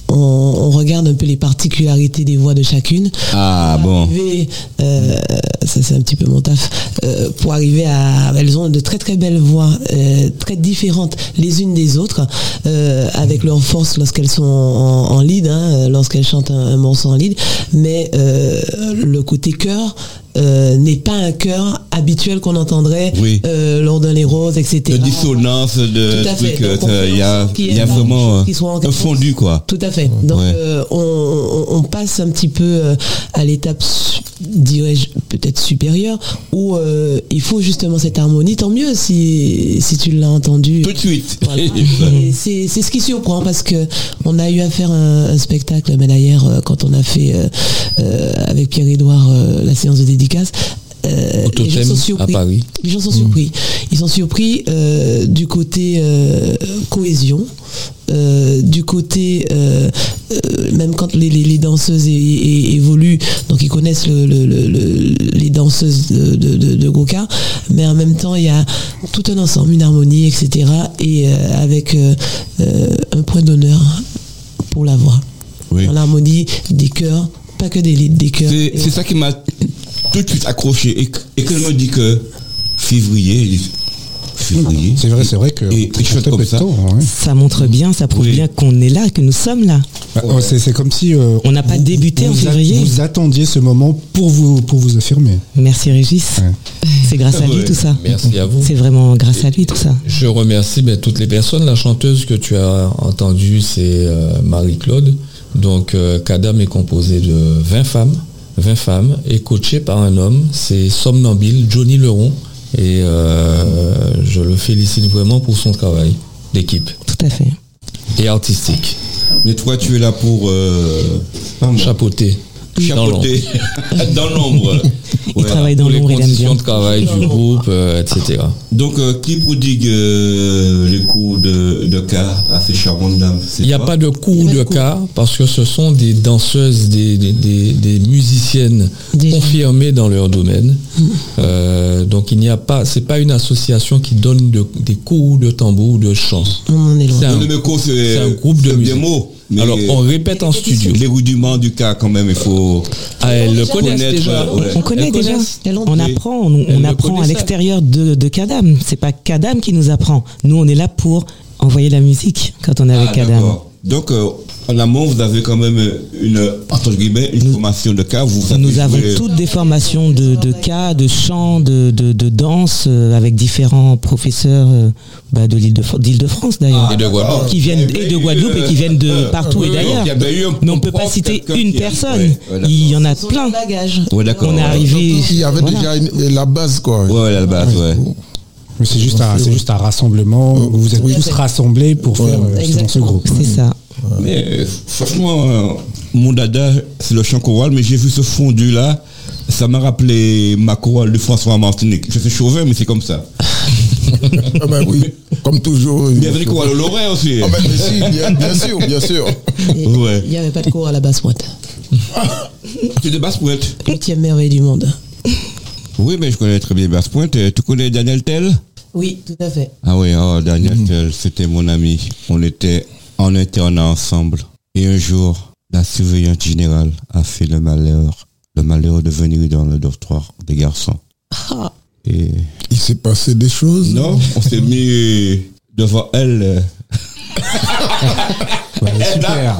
J: on, on regarde un peu les particularités des voix de chacune.
A: Ah bon.
J: arriver, euh, ça c'est un petit peu mon taf, euh, pour arriver à... Elles ont de très très belles voix, euh, très différentes les unes des autres, euh, avec leur force lorsqu'elles sont en, en lead, hein, euh, lorsqu'elles chantent un, un morceau en lead, mais euh, le côté cœur euh, n'est pas un cœur habituel qu'on entendrait
A: Oui.
J: euh, lors d'un Les Roses, etc.
A: De dissonance, de
J: Tout à fait.
A: trucs, euh,
J: Donc, on
A: ça, il y
J: fait
A: a,
J: en sorte qu'il y ait
A: il y a
J: pas quelque
A: vraiment
J: chose
A: euh,
J: qui soit en
A: un
J: quelque
A: fondu quoi.
J: Tout à fait. Donc
A: Ouais.
J: euh, on, on- on passe un petit peu euh, à l'étape, su- dirais-je, peut-être supérieure, où euh, il faut justement cette harmonie. Tant mieux si, si tu l'as entendu.
A: Tout de suite.
J: Voilà. Et C'est c'est ce qui surprend parce que on a eu à faire un, un spectacle, mais d'ailleurs euh, quand on a fait euh, euh, avec Pierre Édouard la séance de dédicace. euh,
E: Au
J: les gens
E: Totem,
J: sont
E: à
J: surpris.
E: Paris.
J: Les gens sont surpris.
A: Mm.
J: Ils sont surpris euh, du côté euh, cohésion, euh, du côté euh, euh, même quand les, les- les danseuses é- é- évoluent, donc ils connaissent le- le- le- le- les danseuses de, de, de- de Goka, mais en même temps il y a tout un ensemble, une harmonie, etc. Et euh, avec euh, euh, un point d'honneur pour la voix.
A: Oui.
J: Dans L'harmonie des chœurs, pas que des lides, des chœurs.
A: C'est
J: Et
A: c'est ça qui m'a tout de suite accroché et, que- et que je me dis que février, il- février.
D: C'est vrai, c'est vrai que.
A: Et- et je fais
D: très peu
A: comme
D: de
A: ça.
D: temps, hein.
F: Ça montre bien, ça prouve
A: Oui.
F: bien qu'on est là, que nous sommes là.
D: Bah, oh, C'est c'est comme si. euh,
F: On n'a pas
D: vous-
F: débuté en
D: vous a-
F: février.
D: Vous attendiez ce moment pour vous, pour vous affirmer.
F: Merci Régis.
D: Ouais.
F: C'est grâce à lui
A: Ouais.
F: tout ça.
E: Merci à vous.
F: C'est vraiment grâce à lui tout ça.
E: Je remercie ben, toutes les personnes. La chanteuse que tu as entendue, c'est euh, Marie-Claude. Donc, euh, Kadam est composé de 20 femmes, 20 femmes, et coaché par un homme, c'est Somnambile, Johnny Leron. Et euh, je le félicite vraiment pour son travail d'équipe
F: Tout à fait.
E: et artistique.
A: Mais toi, tu es là pour euh, pas moi,
E: Chapeauté. Dans l'ombre.
A: chapeauter dans l'ombre.
F: Il
A: Ouais.
F: travaille dans
E: Pour les
F: l'ombre, il aime bien.
E: conditions de travail du groupe, euh, etc.
A: Donc, euh, qui prodigue euh, les cours de, de cas à ces charmantes dames c'est
E: Il n'y a
A: toi
E: pas de cours
J: pas de
E: de
J: cours.
E: cas parce que ce sont des danseuses, des, des- des- des musiciennes
J: Des-
E: confirmées dans leur domaine. Euh, donc il n'y a pas, c'est pas une association qui donne de- des cours de tambour ou de chant.
J: on en est loin.
E: C'est un,
A: Le cours, c'est
E: hein. c'est un groupe de
A: euh, c'est bien
E: musique.
A: mot, mais
E: alors on répète en studio.
A: les rudiments du cas quand même, il faut.
E: Ah, elles le connaissent
A: Connaître,
E: déjà.
A: ouais.
F: On connaît
E: Elles
F: déjà.
E: connaissent.
F: On apprend, on,
E: Elles
F: on
E: le
F: apprend à
E: connaissent.
F: l'extérieur de, de Kadam. C'est pas Kadam qui nous apprend. Nous, on est là pour envoyer la musique quand on est avec
A: Ah,
F: Kadam.
A: d'accord. Donc, euh, en amont, vous avez quand même une, entre guillemets, une formation de cas. Vous savez
F: Nous avons
A: jouer-
F: toutes des formations de, de cas, de chant, de, de, de danse euh, avec différents professeurs euh, bah, de l'île de, Fr- d'Île-de-France d'ailleurs.
A: Ah, d'accord.
F: qui viennent
A: Il y
F: et
A: avait
F: de
A: eu,
F: Guadeloupe et qui viennent de
A: euh,
F: partout
A: oui,
F: et
A: oui,
F: d'ailleurs.
A: il y avait eu un
F: Mais on peut
A: prof,
F: pas citer
A: quelqu'un
F: une
A: qui a-
F: personne.
A: hein. Ouais, ouais, d'accord.
F: Il y en a
J: Son
F: plein.
J: bagage.
A: Ouais, d'accord.
F: On est
A: ouais.
F: arrivé.
I: Il y avait
F: voilà.
I: déjà une- la base, quoi.
F: Ah,
A: Ouais, ouais, la base, ouais.
D: Mais c'est juste, un-
I: Ouais.
D: c'est juste un rassemblement où vous êtes
I: Euh, Oui.
D: tous rassemblés pour faire euh, justement ce groupe.
F: C'est ça.
A: Mais euh, franchement, euh, mon dada, c'est le chant choral, mais j'ai vu ce fondu là, ça m'a rappelé ma chorale de François Martinique. Je suis chauvin, mais c'est comme ça.
I: Ah ben oui, comme toujours.
A: Il y avait des chorales au Lorrain aussi.
F: bah,
I: Ah ben mais si, bien, bien sûr, bien sûr.
A: Ouais.
J: Il n'y avait pas de cours à la basse pointe.
A: Tu es de basse pointe.
J: Huitième merveille du monde.
A: Oui, mais je connais très bien basse pointe. Euh, Tu connais Daniel Tell
J: Oui, tout à fait.
A: Ah oui, oh, Daniel Tell, c'était mon ami. On était en internat ensemble. Et un jour, la surveillante générale a fait le malheur, le malheur de venir dans le dortoir des garçons. Et
I: Il s'est passé des choses.
A: non, on s'est mis devant elle. euh,
D: Ouais, super.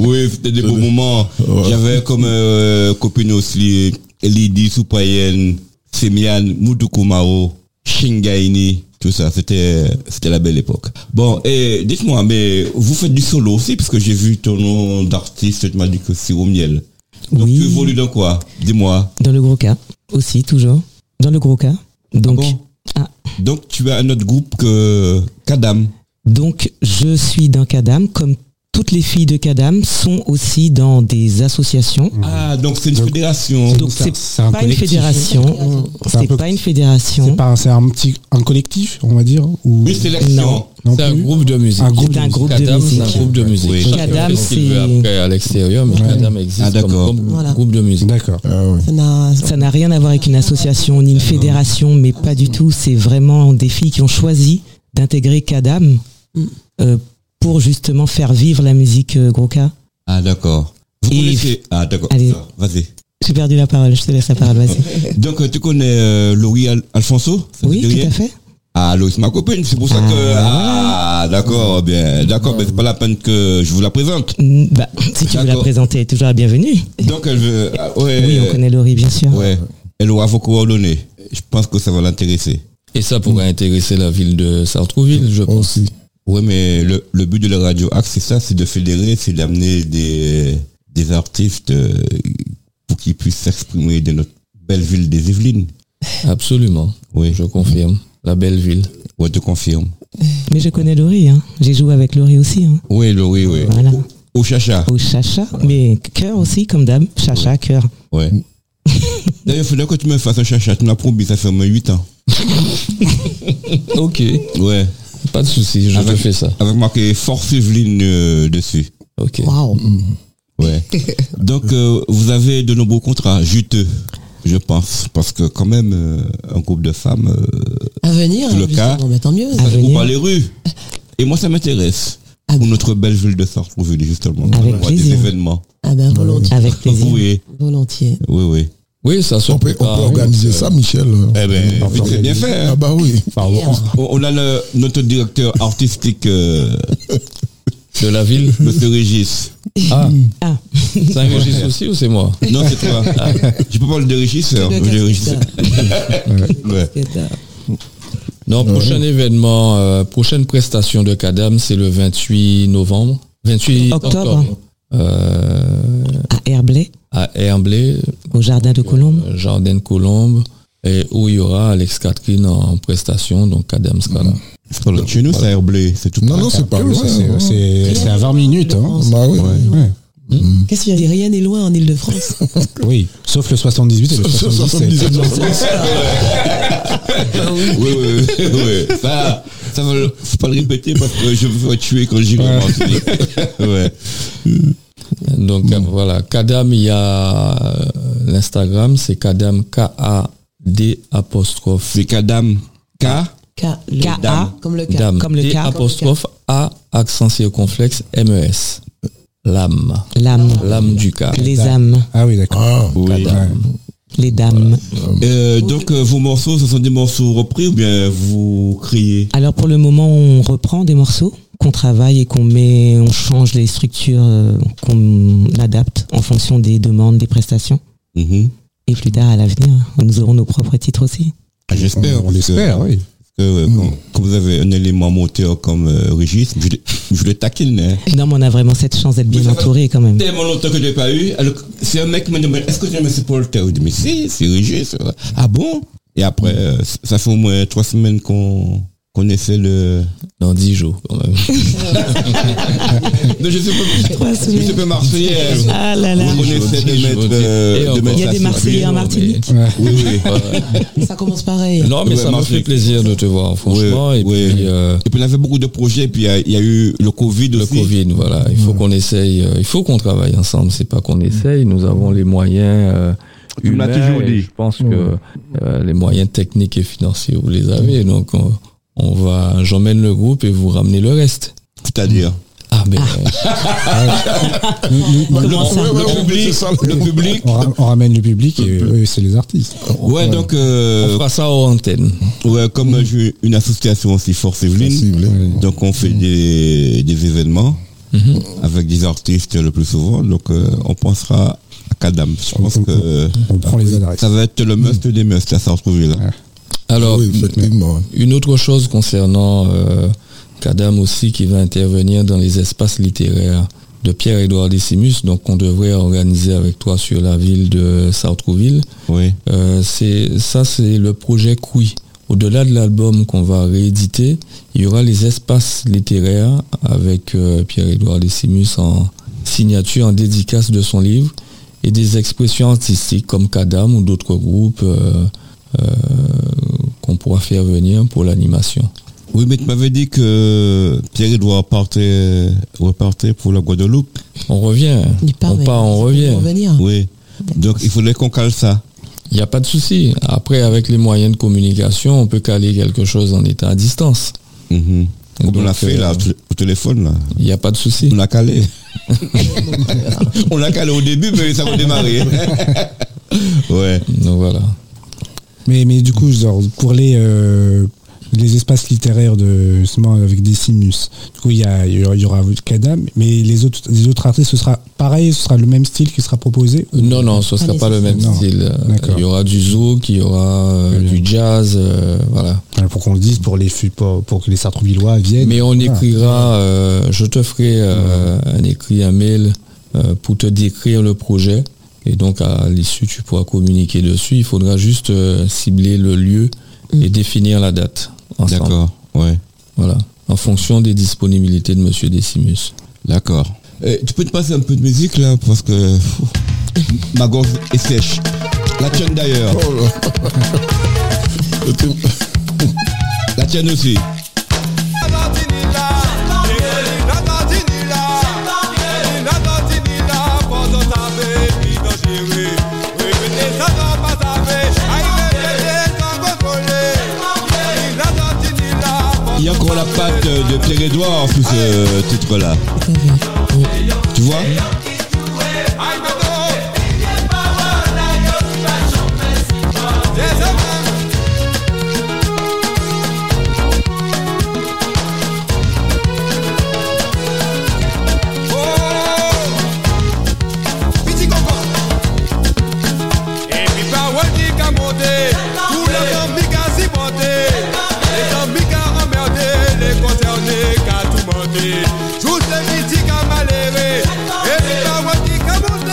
A: Oui, c'était des beaux moments. J'avais comme euh, copine aussi Lydie Soupayen, Semian, Moutoukoumaou, Shingaini, tout ça. C'était, c'était la belle époque. Bon, et dites-moi, mais vous faites du solo aussi, parce que j'ai vu ton nom d'artiste, tu m'as dit que c'est au miel. Donc
F: Oui.
A: tu évolues dans quoi Dis-moi.
F: Dans le gros cas aussi, toujours. Dans le gros cas. Donc,
A: bon
F: Ah.
A: Donc tu as un autre groupe que Kadam.
F: donc je suis dans Kadam, comme toutes les filles de Kadam sont aussi dans des associations.
A: Ah, donc c'est une
D: Donc-
A: fédération.
F: Donc
D: ça-
F: c'est
D: c'est un
F: pas une
D: collectif.
F: fédération.
D: C'est un
F: C'est
D: peu-
F: pas une
D: C'est
F: fédération.
D: pas un- c'est un petit un collectif, on va dire. Ou
A: Oui, c'est l'action.
F: Non.
D: non
E: C'est un
D: plus.
E: groupe de musique.
D: Un groupe
F: C'est un
D: de
F: groupe de
E: Kadam, c'est un
F: musique.
E: groupe de musique.
A: Oui.
E: Chacun
F: Kadam,
E: fait ce qu'il
F: c'est-
E: veut après à l'extérieur, mais Kadam
A: Ah,
E: existe comme,
A: d'accord.
E: comme
J: Voilà.
E: groupe de musique.
D: D'accord.
I: Ah oui.
J: Ça n'a-
F: Ça n'a rien à voir avec une association ni une fédération, mais pas du tout. C'est vraiment des filles qui ont choisi d'intégrer Kadam euh, pour justement faire vivre la musique euh, gros cas.
A: Ah, d'accord. Vous
F: Et-
A: connaissez... Ah, d'accord.
F: Allez.
A: Vas-y.
F: J'ai perdu la parole, je te laisse la parole, vas-y.
A: Donc euh, tu connais euh, Laurie Al- Alfonso ça
F: Oui,
A: te dit
F: tout
A: rien
F: à fait.
A: Ah Laurie, c'est ma copine, c'est pour ça que ah, d'accord, bien, d'accord, mais c'est pas la peine que je vous la présente.
F: Mm, Bah, si tu veux la
A: D'accord.
F: présenter, elle est toujours la bienvenue.
A: Donc elle veut ah, ouais,
F: Oui, on connaît Laurie, bien sûr.
A: ouais, elle aura vos coordonnées. Je pense que ça va l'intéresser.
E: Et ça pourrait intéresser la ville de Sartrouville, je pense.
I: Aussi.
A: Oui, mais le, le but de la radio Axe, c'est ça, c'est de fédérer, c'est d'amener des des artistes euh, pour qu'ils puissent s'exprimer dans notre belle ville des Yvelines.
E: Absolument.
A: Oui,
E: Je confirme. La belle ville.
A: ouais, te confirme.
F: Mais je connais Laurie, hein. j'ai joué avec Laurie aussi. Hein.
A: Oui, Laurie, oui.
F: Voilà.
A: Au chacha.
F: Au chacha, mais cœur aussi, comme dame. Chacha, cœur.
A: Ouais. D'ailleurs, il faudrait que tu me fasses un chachat. Tu m'as promis, ça fait au moins 8 ans.
E: Ok.
A: Ouais.
E: Pas de souci, je te
A: Avec-
E: fais ça.
A: Avec marqué Force Yveline euh, dessus.
E: Ok.
J: Waouh.
A: Mm. Ouais. Donc, euh, vous avez de nombreux contrats juteux, je pense. Parce que quand même, euh, un groupe de femmes, euh,
J: À venir,
A: Le
J: justement,
A: cas.
J: mais tant mieux.
A: ça se
F: venir.
A: trouve par les rues. Et moi, ça m'intéresse.
J: Ah
A: Pour notre belle ville de Sartrouville, justement.
F: Avec
A: Pour des
F: plaisir.
A: événements.
J: Ah ben, volontiers.
F: Avec plaisir.
A: Oui,
J: Volontiers.
A: oui, oui.
E: Oui, ça se
I: On peut, on peut
F: Ah,
E: prépare.
I: organiser ça, Michel.
A: Eh ben, vite, c'est bien fait.
I: Ah
A: hein.
I: bah oui.
A: On on a le- notre directeur artistique, euh,
E: De la ville.
A: Monsieur Régis.
E: Ah,
F: Ah,
E: c'est un registre aussi ou c'est moi
A: Non, c'est toi. Ah. Je peux parler de régisseur.
J: Le
A: de
J: casquette
A: régisseur. Ouais.
J: d'art.
E: Non, prochain événement, euh, prochaine prestation de Kadam, c'est le 28 novembre. 28
F: Octobre.
E: octobre. Euh,
F: à Herblay,
E: à Herblay,
F: au jardin de Colombe.
E: euh, Jardin de Colombe, et où il y aura Alex Catherine en prestation, donc Kadam sera là.
A: C'est pas loin de Chez nous, ça a herblé, c'est tout.
I: Non, non, c'est pas
D: Ah oui, ça,
I: loin.
D: c'est- C'est c'est à 20 minutes. hein.
I: Bah oui.
D: Ouais.
J: Qu'est-ce que tu as dit Rien n'est loin en Ile-de-France.
D: Oui, sauf le 78 et le 77.
I: 77.
A: Oui, oui, oui, oui. Ça, ça va, le- faut pas le répéter parce que je me fais tuer quand j'y commence. Ouais.
E: Donc euh, voilà, Kadam, il y a euh, l'Instagram, c'est Kadam, K-A-D apostrophe.
A: C'est Kadam K.
J: K. le-
F: K.A.
J: Comme le K.
E: Dame,
F: Comme le
E: D
F: K.
E: apostrophe A, accent circonflexe, M-E-S. L'âme.
F: L'âme,
E: L'âme du cas.
F: les âmes,
D: Ah oui, d'accord.
I: Ah,
A: Oui.
F: les dames.
A: Euh, donc, euh, vos morceaux, ce sont des morceaux repris ou bien vous criez
F: Alors pour le moment, on reprend des morceaux qu'on travaille et qu'on met, on change les structures, euh, qu'on adapte en fonction des demandes, des prestations.
A: Mhm.
F: Et plus tard, à l'avenir, nous aurons nos propres titres aussi.
A: Ah, J'espère.
D: On l'espère, oui.
A: euh,
I: Mhm.
A: quand, quand vous avez un élément moteur comme euh, Régis, je, le- je le taquine. hein.
F: Non, mais on a vraiment cette chance d'être bien
A: ça va.
F: entouré quand même.
A: Tellement longtemps que je l'ai pas eu. Alors, c'est un mec qui me demande est-ce que j'aime ce Polter Je dis mais si, c'est Régis. Ah bon Et après, euh, ça fait au moins trois semaines qu'on qu'on essaie le.
E: Dans 10 jours, quand même.
A: Non, je sais pas.
F: Trois
A: Je sais
F: semaines.
A: pas Marseillais. euh,
F: Ah là là.
A: On essaie de mettre, euh,
E: Et
A: de
E: encore.
A: mettre
F: Il y a
A: ça
F: des
A: sur- hein.
F: Marseillais en
E: mais-
F: Martinique.
A: Oui, oui.
J: Ça commence pareil.
E: Non, mais
A: Ouais,
E: ça m'a fait
A: Martinique.
E: plaisir de te voir, franchement.
A: Ouais,
E: et
A: ouais.
E: puis, euh,
A: Et puis on avait beaucoup de projets, puis il y a- il y, a eu le Covid
E: le
A: aussi.
E: Covid, voilà. Il faut qu'on essaye, euh, il faut qu'on travaille ensemble. C'est pas qu'on essaye. Nous avons les moyens. euh,
K: Mm. Tu me l'as
E: humains
K: toujours
E: et
K: dit.
E: Je pense que euh, les moyens techniques et financiers, vous les avez. Donc, on, on va, j'emmène le groupe et vous ramenez le reste.
A: C'est-à-dire
E: Ah, ben,
F: Comment ça
A: le public, le public.
D: On, ra- on ramène le public et eux, c'est les artistes.
A: Ouais, donc
E: on
A: euh,
E: fera ça hors antenne.
A: ouais, comme j'ai une association aussi Force Evelyne, donc on fait des, des événements
E: Mm-hmm.
A: avec des artistes le plus souvent. Donc euh, on pensera à Kadam. Je pense que euh,
D: On prend les adresses.
A: ça va être le must des musts à s'en retrouver là.
E: Alors,
I: Oui, effectivement.
E: Une autre chose concernant euh, Kadam aussi qui va intervenir dans les espaces littéraires de Pierre-Édouard Décimus, donc qu'on devrait organiser avec toi sur la ville de Sartrouville.
A: Oui.
E: Euh, c'est ça, c'est le projet Couy. Au-delà de l'album qu'on va rééditer, il y aura les espaces littéraires avec euh, Pierre-Édouard Décimus en signature, en dédicace de son livre, et des expressions artistiques comme Kadam ou d'autres groupes euh, euh, qu'on pourra faire venir pour l'animation.
A: Oui, mais tu m'avais dit que Pierre-Edouard partait, repartait pour la Guadeloupe.
E: On revient,
J: Il part,
E: on
J: mais
E: part, on revient.
J: On va venir.
A: Oui. Donc il faudrait qu'on cale ça.
E: Il n'y a pas de souci. Après, avec les moyens de communication, on peut caler quelque chose en état à distance.
A: Mhm. Comme on l'a
E: Donc,
A: fait
E: euh,
A: là, au tél- au téléphone là.
E: Il n'y a pas de souci.
A: On l'a calé. on l'a calé au début, mais ça a démarré. ouais.
E: Donc voilà.
D: Mais, mais du coup, genre, pour les, euh, les espaces littéraires de, justement, avec Decimus, du coup, il y, a- il y aura- il y aura Kadam, mais les autres, les autres artistes, ce sera pareil, ce sera le même style qui sera proposé ou-
E: Non, non, ce ne sera
J: Ah,
E: pas le même
D: non.
E: style.
D: D'accord.
E: Il y aura du zouk, il y aura euh,
D: Très bien.
E: du jazz, euh, voilà.
D: Voilà, Pour qu'on le dise, pour, les, fu- pour, pour que les Sartrouvillois viennent.
E: Mais on
D: Voilà.
E: écrira, euh, je te ferai euh, un écrit, un mail euh, pour te décrire le projet. Et donc à l'issue, tu pourras communiquer dessus. Il faudra juste euh, cibler le lieu
F: Mm.
E: et définir la date. ensemble.
A: D'accord. Ouais.
E: Voilà. En fonction des disponibilités de Monsieur Décimus.
F: Mm.
A: D'accord. Euh, tu peux te passer un peu de musique là parce que pfff, ma gorge est sèche. La tienne d'ailleurs.
I: Oh là.
A: La tienne aussi. Il y a encore la patte de Pierre-Edouard sous ce titre là. Tu vois
H: Juste les petits camalérés, et puis la voix qui camotait.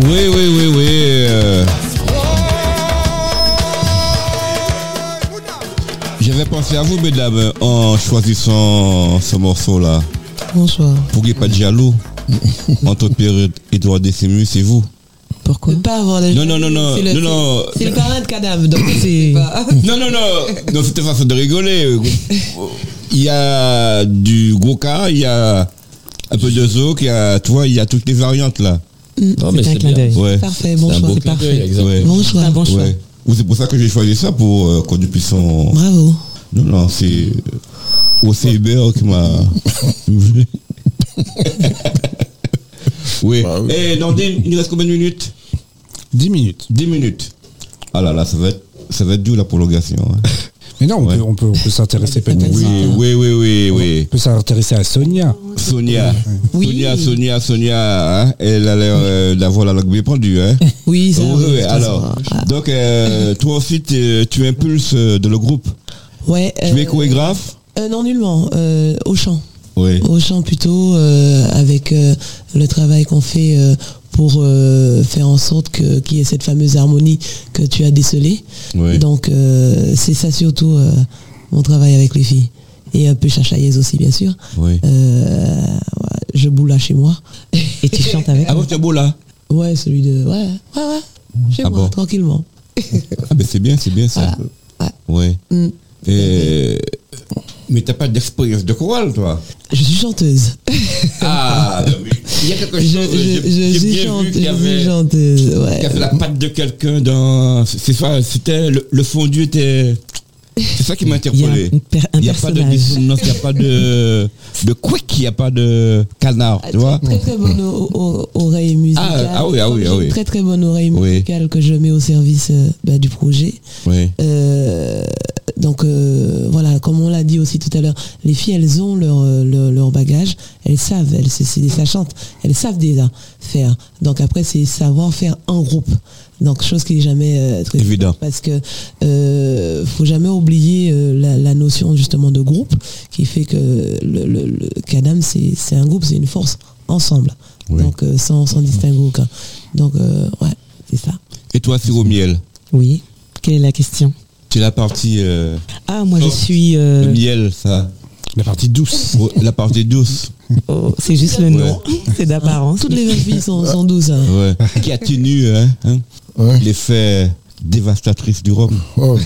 A: Oui, oui, oui, oui. euh, J'avais pensé à vous, mesdames, en choisissant ce morceau-là.
J: Bonsoir.
A: Pour qu'il n'y ait pas de jaloux. Entre Pierre et Edouard Décimus, c'est vous.
F: Pourquoi
J: Ne pas avoir la
A: Non, non, non, non,
J: C'est le,
A: non, non.
J: c'est le parrain de cadavre, donc c'est pas.
A: Non, non, non, non, c'était façon de rigoler. Il y a du gros cas, il y a un peu de zouk, il y a, tu vois, il y a toutes les variantes là.
E: Non, mais
F: C'est un
E: c'est
F: clin
E: bien.
F: d'œil.
A: Ouais.
J: Parfait, Ah,
E: C'est un
J: bonsoir.
E: beau
F: c'est
E: clin d'œil,
F: parfait.
E: exactement.
A: Ouais.
J: Bonsoir.
F: Un bon choix.
A: Ouais. Ou c'est pour ça que j'ai choisi ça pour euh, qu'on puisse en.
J: Bravo.
A: Non, non, c'est aussi Hébert qui m'a. oui.
I: Bah oui.
A: Eh, Nandine, il nous reste combien de minutes
D: 10 minutes.
A: 10 minutes. Ah là là, ça va être, ça va être dur la prolongation. hein.
D: Mais non, on
A: Ouais.
D: peut, on peut, on peut s'intéresser peut-être.
A: Oui, oui, oui, oui, oui.
D: On peut s'intéresser à Sonia.
A: Sonia.
J: Oui.
A: Sonia, Sonia, Sonia, hein, elle a l'air euh, d'avoir la langue bien pendue. Hein.
J: Oui, ça
A: Oui,
J: arrive,
A: oui,
J: ça
A: alors,
J: va.
A: donc euh, toi aussi, t'es- tu impulses euh, de le groupe.
J: Ouais.
A: Tu es
J: euh,
A: chorégraphe
J: euh, Non, nullement. euh, au chant.
A: Oui.
J: Au chant plutôt, euh, avec euh, le travail qu'on fait euh, pour euh, faire en sorte que- qu'il y ait cette fameuse harmonie que tu as décelée.
A: Oui.
J: Donc, euh, c'est ça surtout euh, mon travail avec les filles. Et un peu chachaïez aussi, bien sûr.
A: Oui.
J: Euh, ouais, je boule là chez moi.
F: Et tu chantes avec
A: Ah bon, c'est beau là
J: Ouais, celui de. Ouais, ouais, ouais. Chez
A: Ah
J: moi,
A: bon
J: tranquillement.
A: Ah ben c'est bien, c'est bien ça. Ouais.
J: Mm.
A: Euh, mais t'as pas d'expérience de chorale, toi
J: Je suis chanteuse.
A: Ah, non, mais il y a quelque
J: Je,
A: chose.
J: je,
A: j'ai-
J: je
A: j'ai
J: suis
A: bien
J: chante-
A: vu qu'il y
J: je suis
A: avait-
J: chanteuse.
A: qu'il y
J: Ouais.
A: avait la patte de quelqu'un dans. C'est ça, c'était le, le fondu était. C'est ça qui m'a
F: Il y a
A: interpellé.
F: un, per- un
A: Il n'y a pas de
F: personnage.
A: dissonance, il n'y a pas de, de quick, il n'y a pas de canard, tu vois.
J: Très très bonne o- o- oreille musicale.
A: Ah, ah oui, ah oui,
J: J'ai
A: ah
J: une
A: oui.
J: Très très bonne oreille
A: Oui.
J: musicale que je mets au service euh, bah, du projet.
A: Oui,
J: Euh, donc euh, voilà, comme on l'a dit aussi tout à l'heure, les filles elles ont leur, euh, leur, leur bagage, elles savent, elles c'est c'est des sachantes, elles savent déjà faire. Donc après c'est savoir faire en groupe. Donc chose qui n'est jamais euh, très
A: évident.
J: parce que euh, faut jamais oublier euh, la, la notion justement de groupe qui fait que le, le, le Kadam c'est c'est un groupe, c'est une force ensemble.
A: Oui.
J: Donc euh, sans, sans distinguo aucun. Donc euh, ouais, c'est ça.
A: Et toi, Siro Miel,
F: Oui. Quelle est la question
A: tu es la partie euh,
F: Ah, moi, je
A: Oh.
F: suis.
A: le
F: euh,
A: miel, ça.
D: La partie douce.
A: Oh, La partie douce.
F: oh, c'est juste le nom. C'est d'apparence.
J: Toutes les jeunes filles sont, sont douces. hein.
A: Ouais. Qui atténue hein, hein,
I: Ouais.
A: l'effet dévastatrice du rhum.
I: Oh.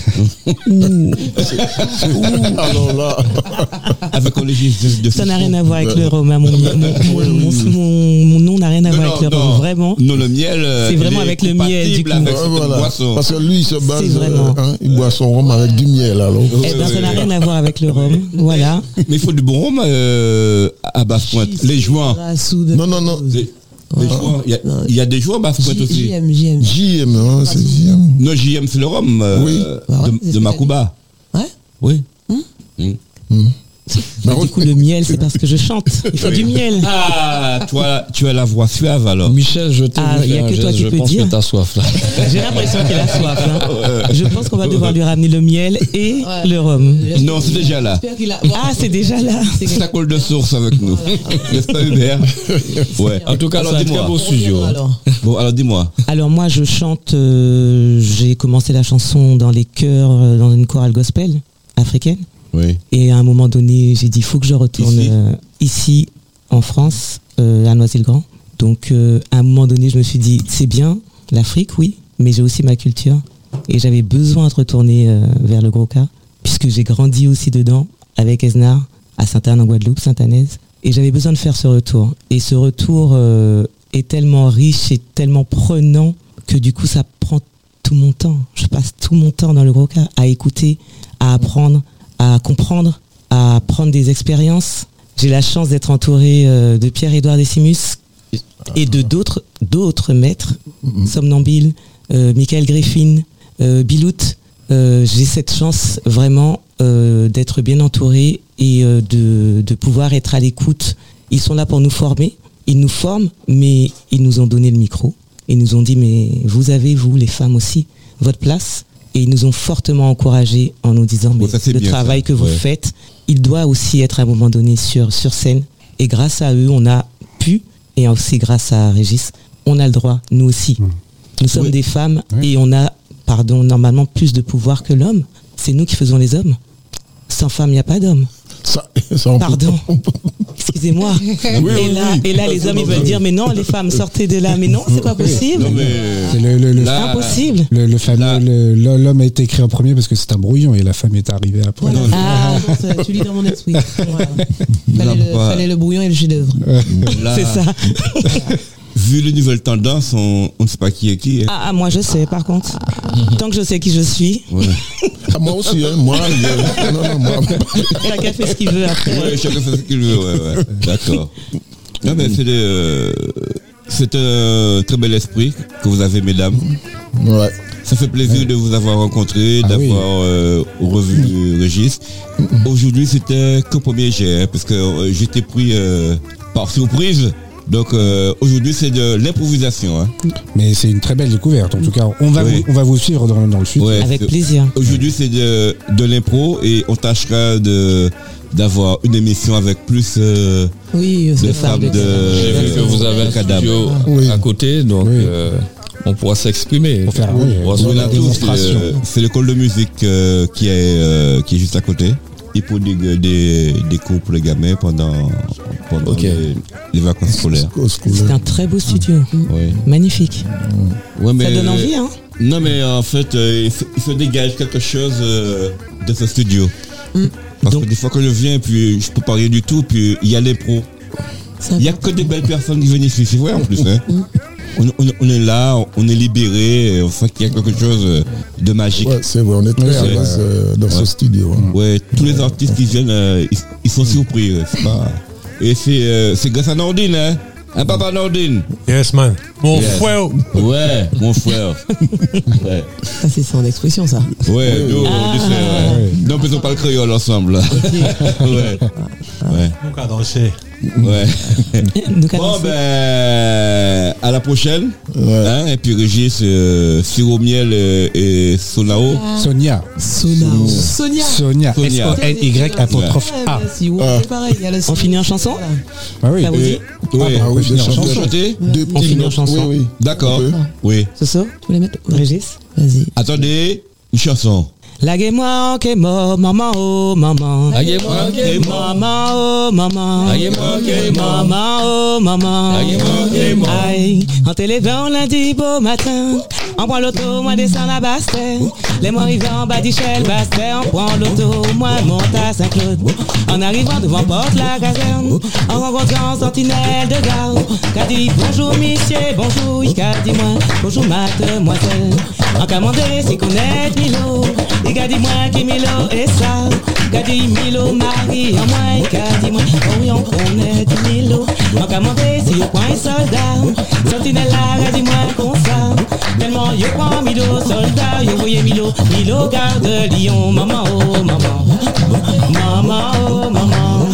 A: Alors Ah là. Avec un léger zeste de
F: Ça n'a rien à voir avec le rhum. hein, Mon, mon, mon- mon- mon nom n'a rien à voir avec le rhum. Vraiment.
A: Non, le miel. euh,
F: C'est vraiment
A: il est
F: avec le miel, du
A: compatible
F: coup.
A: avec
I: Ouais,
A: cette
I: voilà.
A: boisson.
I: Parce que lui, il se
A: Bah,
I: base,
F: C'est vraiment.
A: ah,
I: euh, hein, il boit son rhum avec du miel, alors.
F: Eh ben,
A: oui,
F: ça n'a
A: oui.
F: rien à voir avec le rhum. Voilà.
A: Mais il faut du bon rhum euh, à basse-pointe. Les joints.
F: Ah.
J: Rassoude.
I: Non, non, non.
A: Les- les
I: Ah.
A: joints. Il y a-
J: Non.
A: il y, a des joints à basse-pointe
J: J-
A: aussi.
J: JM, JM.
I: JM, hein, c'est JM.
A: Non, JM, c'est le rhum euh,
I: Oui.
F: Ah
J: Bah ouais,
A: de-
J: c'est ce
A: de,
J: que
A: Makuba.
J: Ouais.
A: Oui. Hmm.
I: Bah,
F: Du coup, le miel, c'est parce que je chante. Il faut du miel.
A: Ah, toi, tu as la voix suave alors.
E: Michel, je t'ai
F: Ah,
E: vu
F: y a
E: faire un
F: que toi
E: geste,
F: qui
E: je
F: peux
E: pense
F: dire.
E: que t'as soif là.
F: J'ai l'impression qu'il a soif.
A: Euh,
F: hein. Je pense qu'on va devoir lui ramener le miel et le rhum.
A: Non, c'est déjà là.
J: J'espère qu'il a-
F: Ah, c'est déjà là.
A: Ça colle de source avec nous. N'est-ce pas Hubert Ouais.
E: En tout cas,
A: alors
E: c'est un
A: dis-moi.
E: très beau studio. hein.
J: Alors,
A: Bon, alors dis-moi.
F: Alors moi, je chante. euh, J'ai commencé la chanson dans les chœurs, euh, dans une chorale gospel africaine.
A: Oui.
F: Et à un moment donné, j'ai dit, il faut que je retourne
A: Ici
F: euh, ici, en France, euh, à Noisy-le-Grand. Donc, euh, à un moment donné, je me suis dit, c'est bien, l'Afrique, oui, mais j'ai aussi ma culture. Et j'avais besoin de retourner euh, vers le gros cas, puisque j'ai grandi aussi dedans, avec Esnar, à Sainte-Anne en Guadeloupe, Sainte-Anaise. Et j'avais besoin de faire ce retour. Et ce retour euh, est tellement riche et tellement prenant que du coup, ça prend tout mon temps. Je passe tout mon temps dans le gros cas à écouter, à apprendre, à comprendre, à prendre des expériences. J'ai la chance d'être entouré euh, de Pierre-Édouard Décimus et de d'autres d'autres maîtres, Somnambile, euh, Michael Griffin, euh, Bilout. Euh, J'ai cette chance vraiment euh, d'être bien entouré et euh, de, de pouvoir être à l'écoute. Ils sont là pour nous former, ils nous forment, mais ils nous ont donné le micro. Ils nous ont dit, mais vous avez, vous, les femmes aussi, votre place. Et ils nous ont fortement encouragés en nous disant, mais
A: ça, c'est
F: le
A: bien, ça.
F: travail que vous
A: Ouais.
F: faites, il doit aussi être à un moment donné sur, sur scène. Et grâce à eux, on a pu, et aussi grâce à Régis, on a le droit, nous aussi.
A: Mm.
F: Nous sommes des femmes et on a, pardon, normalement plus de pouvoir que l'homme. C'est nous qui faisons les hommes. Sans femme, il n'y a pas d'homme.
I: Ça, ça, on peut-
F: Pardon. Excusez-moi. et, là, et là, les hommes, ils veulent dire, mais non, les femmes, sortez de là. Mais non, c'est pas possible.
A: Non, mais.
D: C'est le, le, le,
A: Là-
F: Impossible.
D: le- le fameux-
A: Là.
D: le- l'homme a été écrit en premier parce que c'est un brouillon et la femme est arrivée après.
J: Voilà. Ah, non, tu lis dans mon esprit. Voilà.
A: Non,
J: Fallait, le,
A: pas-
J: fallait le brouillon et le chef-d'œuvre.
A: là,
F: C'est ça.
A: Vu les nouvelles tendances, on on ne sait pas qui est qui. hein.
F: Ah, ah, moi, je sais, par contre. Tant que je sais qui je suis,
A: Ouais.
I: Ah, moi aussi, hein, moi, je- non, non, moi,
F: chacun fait ce qu'il veut après.
A: Ouais, chacun fait ce qu'il veut, ouais, ouais. D'accord. Non, mais c'est de- c'est un très bel esprit que vous avez, mesdames.
I: ouais.
A: Ça fait plaisir de vous avoir rencontré,
D: Ah
A: d'avoir
D: oui.
A: euh, revu euh, Régis. Aujourd'hui, c'était que premier jet, hein, parce que euh, j'étais pris euh, par surprise. Donc euh, aujourd'hui, c'est de l'improvisation. hein.
D: Mais c'est une très belle découverte. En tout cas, on va,
A: Oui.
D: vous, on va vous suivre dans, dans le futur.
A: Ouais,
F: Avec
A: c'est-
F: plaisir.
A: Aujourd'hui, c'est de, de l'impro et on tâchera de d'avoir une émission avec plus euh,
J: Oui,
A: de
J: c'est ça.
A: femmes de.
E: J'ai vu que Euh, vous avez un
A: cadavre.
E: studio
I: Oui.
E: à côté, donc
D: Oui.
E: euh, on pourra s'exprimer.
D: Pour faire-
E: On
D: oui,
E: pourra
D: on
E: se
D: a
A: Voilà,
E: regarder.
D: des-
A: donc, c'est,
D: démonstration.
A: euh, C'est l'école de musique euh, qui est euh, qui est juste à côté. Il produit des, des cours pour les gamins pendant, pendant
E: Ok.
A: les, les vacances scolaires.
I: Au scolaire.
F: C'est un très beau studio.
A: Ouais.
F: Magnifique.
A: Ouais, mais,
F: Ça donne envie, hein
A: Non, mais en fait, euh, il, se, il se dégage quelque chose euh, de ce studio. Parce
F: Donc-
A: que des fois que je viens, puis je peux pas rien du tout, puis il y a les pros.
J: Ça
A: Il y a que des belles personnes qui viennent ici, c'est vrai en plus. hein. On, on- on est là, on est libéré, on sent qu'il y a quelque chose euh, de magique.
I: Ouais, c'est vrai, on est très à
A: c'est-
I: l'aise euh, dans ce studio. hein.
A: Ouais, tous les artistes qui viennent, euh, ils, ils sont surpris. euh, c'est pas- Et c'est euh, c'est grâce à Nordine, hein Un papa Nordine
I: Mm.
K: Yes, man. Mon
A: Yes.
K: frère.
A: Ouais, mon frère. Ouais,
J: Ça, c'est son expression, ça.
A: ouais nous, on dit c'est... Non, peut-on pas le créole ensemble, là. Ouais, ouais,
K: Nous qu'à danser.
A: ouais.
F: Nous
A: Bon,
F: cadencer.
A: ben, à la prochaine.
I: Ouais.
A: Hein, et puis Régis, euh, sirop miel euh, et Sonao.
F: Ah.
D: Sonia.
J: Sonia. Sonia.
D: Sonia.
A: Sonia.
D: S-O-N-Y apostrophe
J: Ouais,
D: A.
J: mais si, ouais,
I: Ah.
J: c'est pareil, il y a le
F: On finit en chanson
J: Voilà.
F: Ça
D: Ah bah oui.
F: vous dit
A: Et- ouais.
I: Ah oui,
D: Chanson.
I: des chansons.
A: Vous chantez
I: Deux
F: On finit en
I: petites-
F: chanson.
I: Oui, oui.
A: D'accord.
I: Ok.
A: Oui.
F: Soso
J: Tu voulais mettre
F: Régis
J: Vas-y.
A: Attendez, une chanson.
F: Lage-moi en kemo, maman oh maman.
E: Aguez-moi, aguez-moi.
F: Maman oh maman.
E: Aguez-moi, aguez-moi.
F: Maman oh maman.
E: Aguez-moi, aguez-moi.
F: Aïe, en télévant lundi beau matin. On prend l'auto, moi descend la Basse-Terre. Les mois arrivés en bas d'échelle Basse-Terre. On prend l'auto, moi monte à Saint-Claude. En arrivant devant porte la caserne. En rencontrant sentinelle de garde. Qu'a dit bonjour monsieur, bonjour. Il qu'a dit moi, bonjour mademoiselle. En commandé, c'est connaître Milo. Il qu'a dit moi qui Milo est ça. Qu'a dit Milo, Marie, en moi. Il qu'a dit moi, oh oui, on connaît Milo. En commandé, c'est au coin soldat. Sentinelle là, qu'a dit moi qu'on ça. Tellement yo prend Milo, soldat, yo voyez Milo, Milo garde Lyon, maman oh maman, maman oh maman,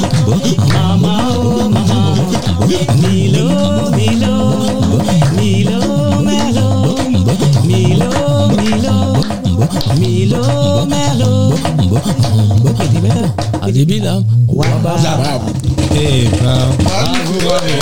F: maman oh maman, Milo, Milo, Milo, Merlo, Milo, Milo, Milo, Merlo.
E: À débit, là.
D: Eh ben,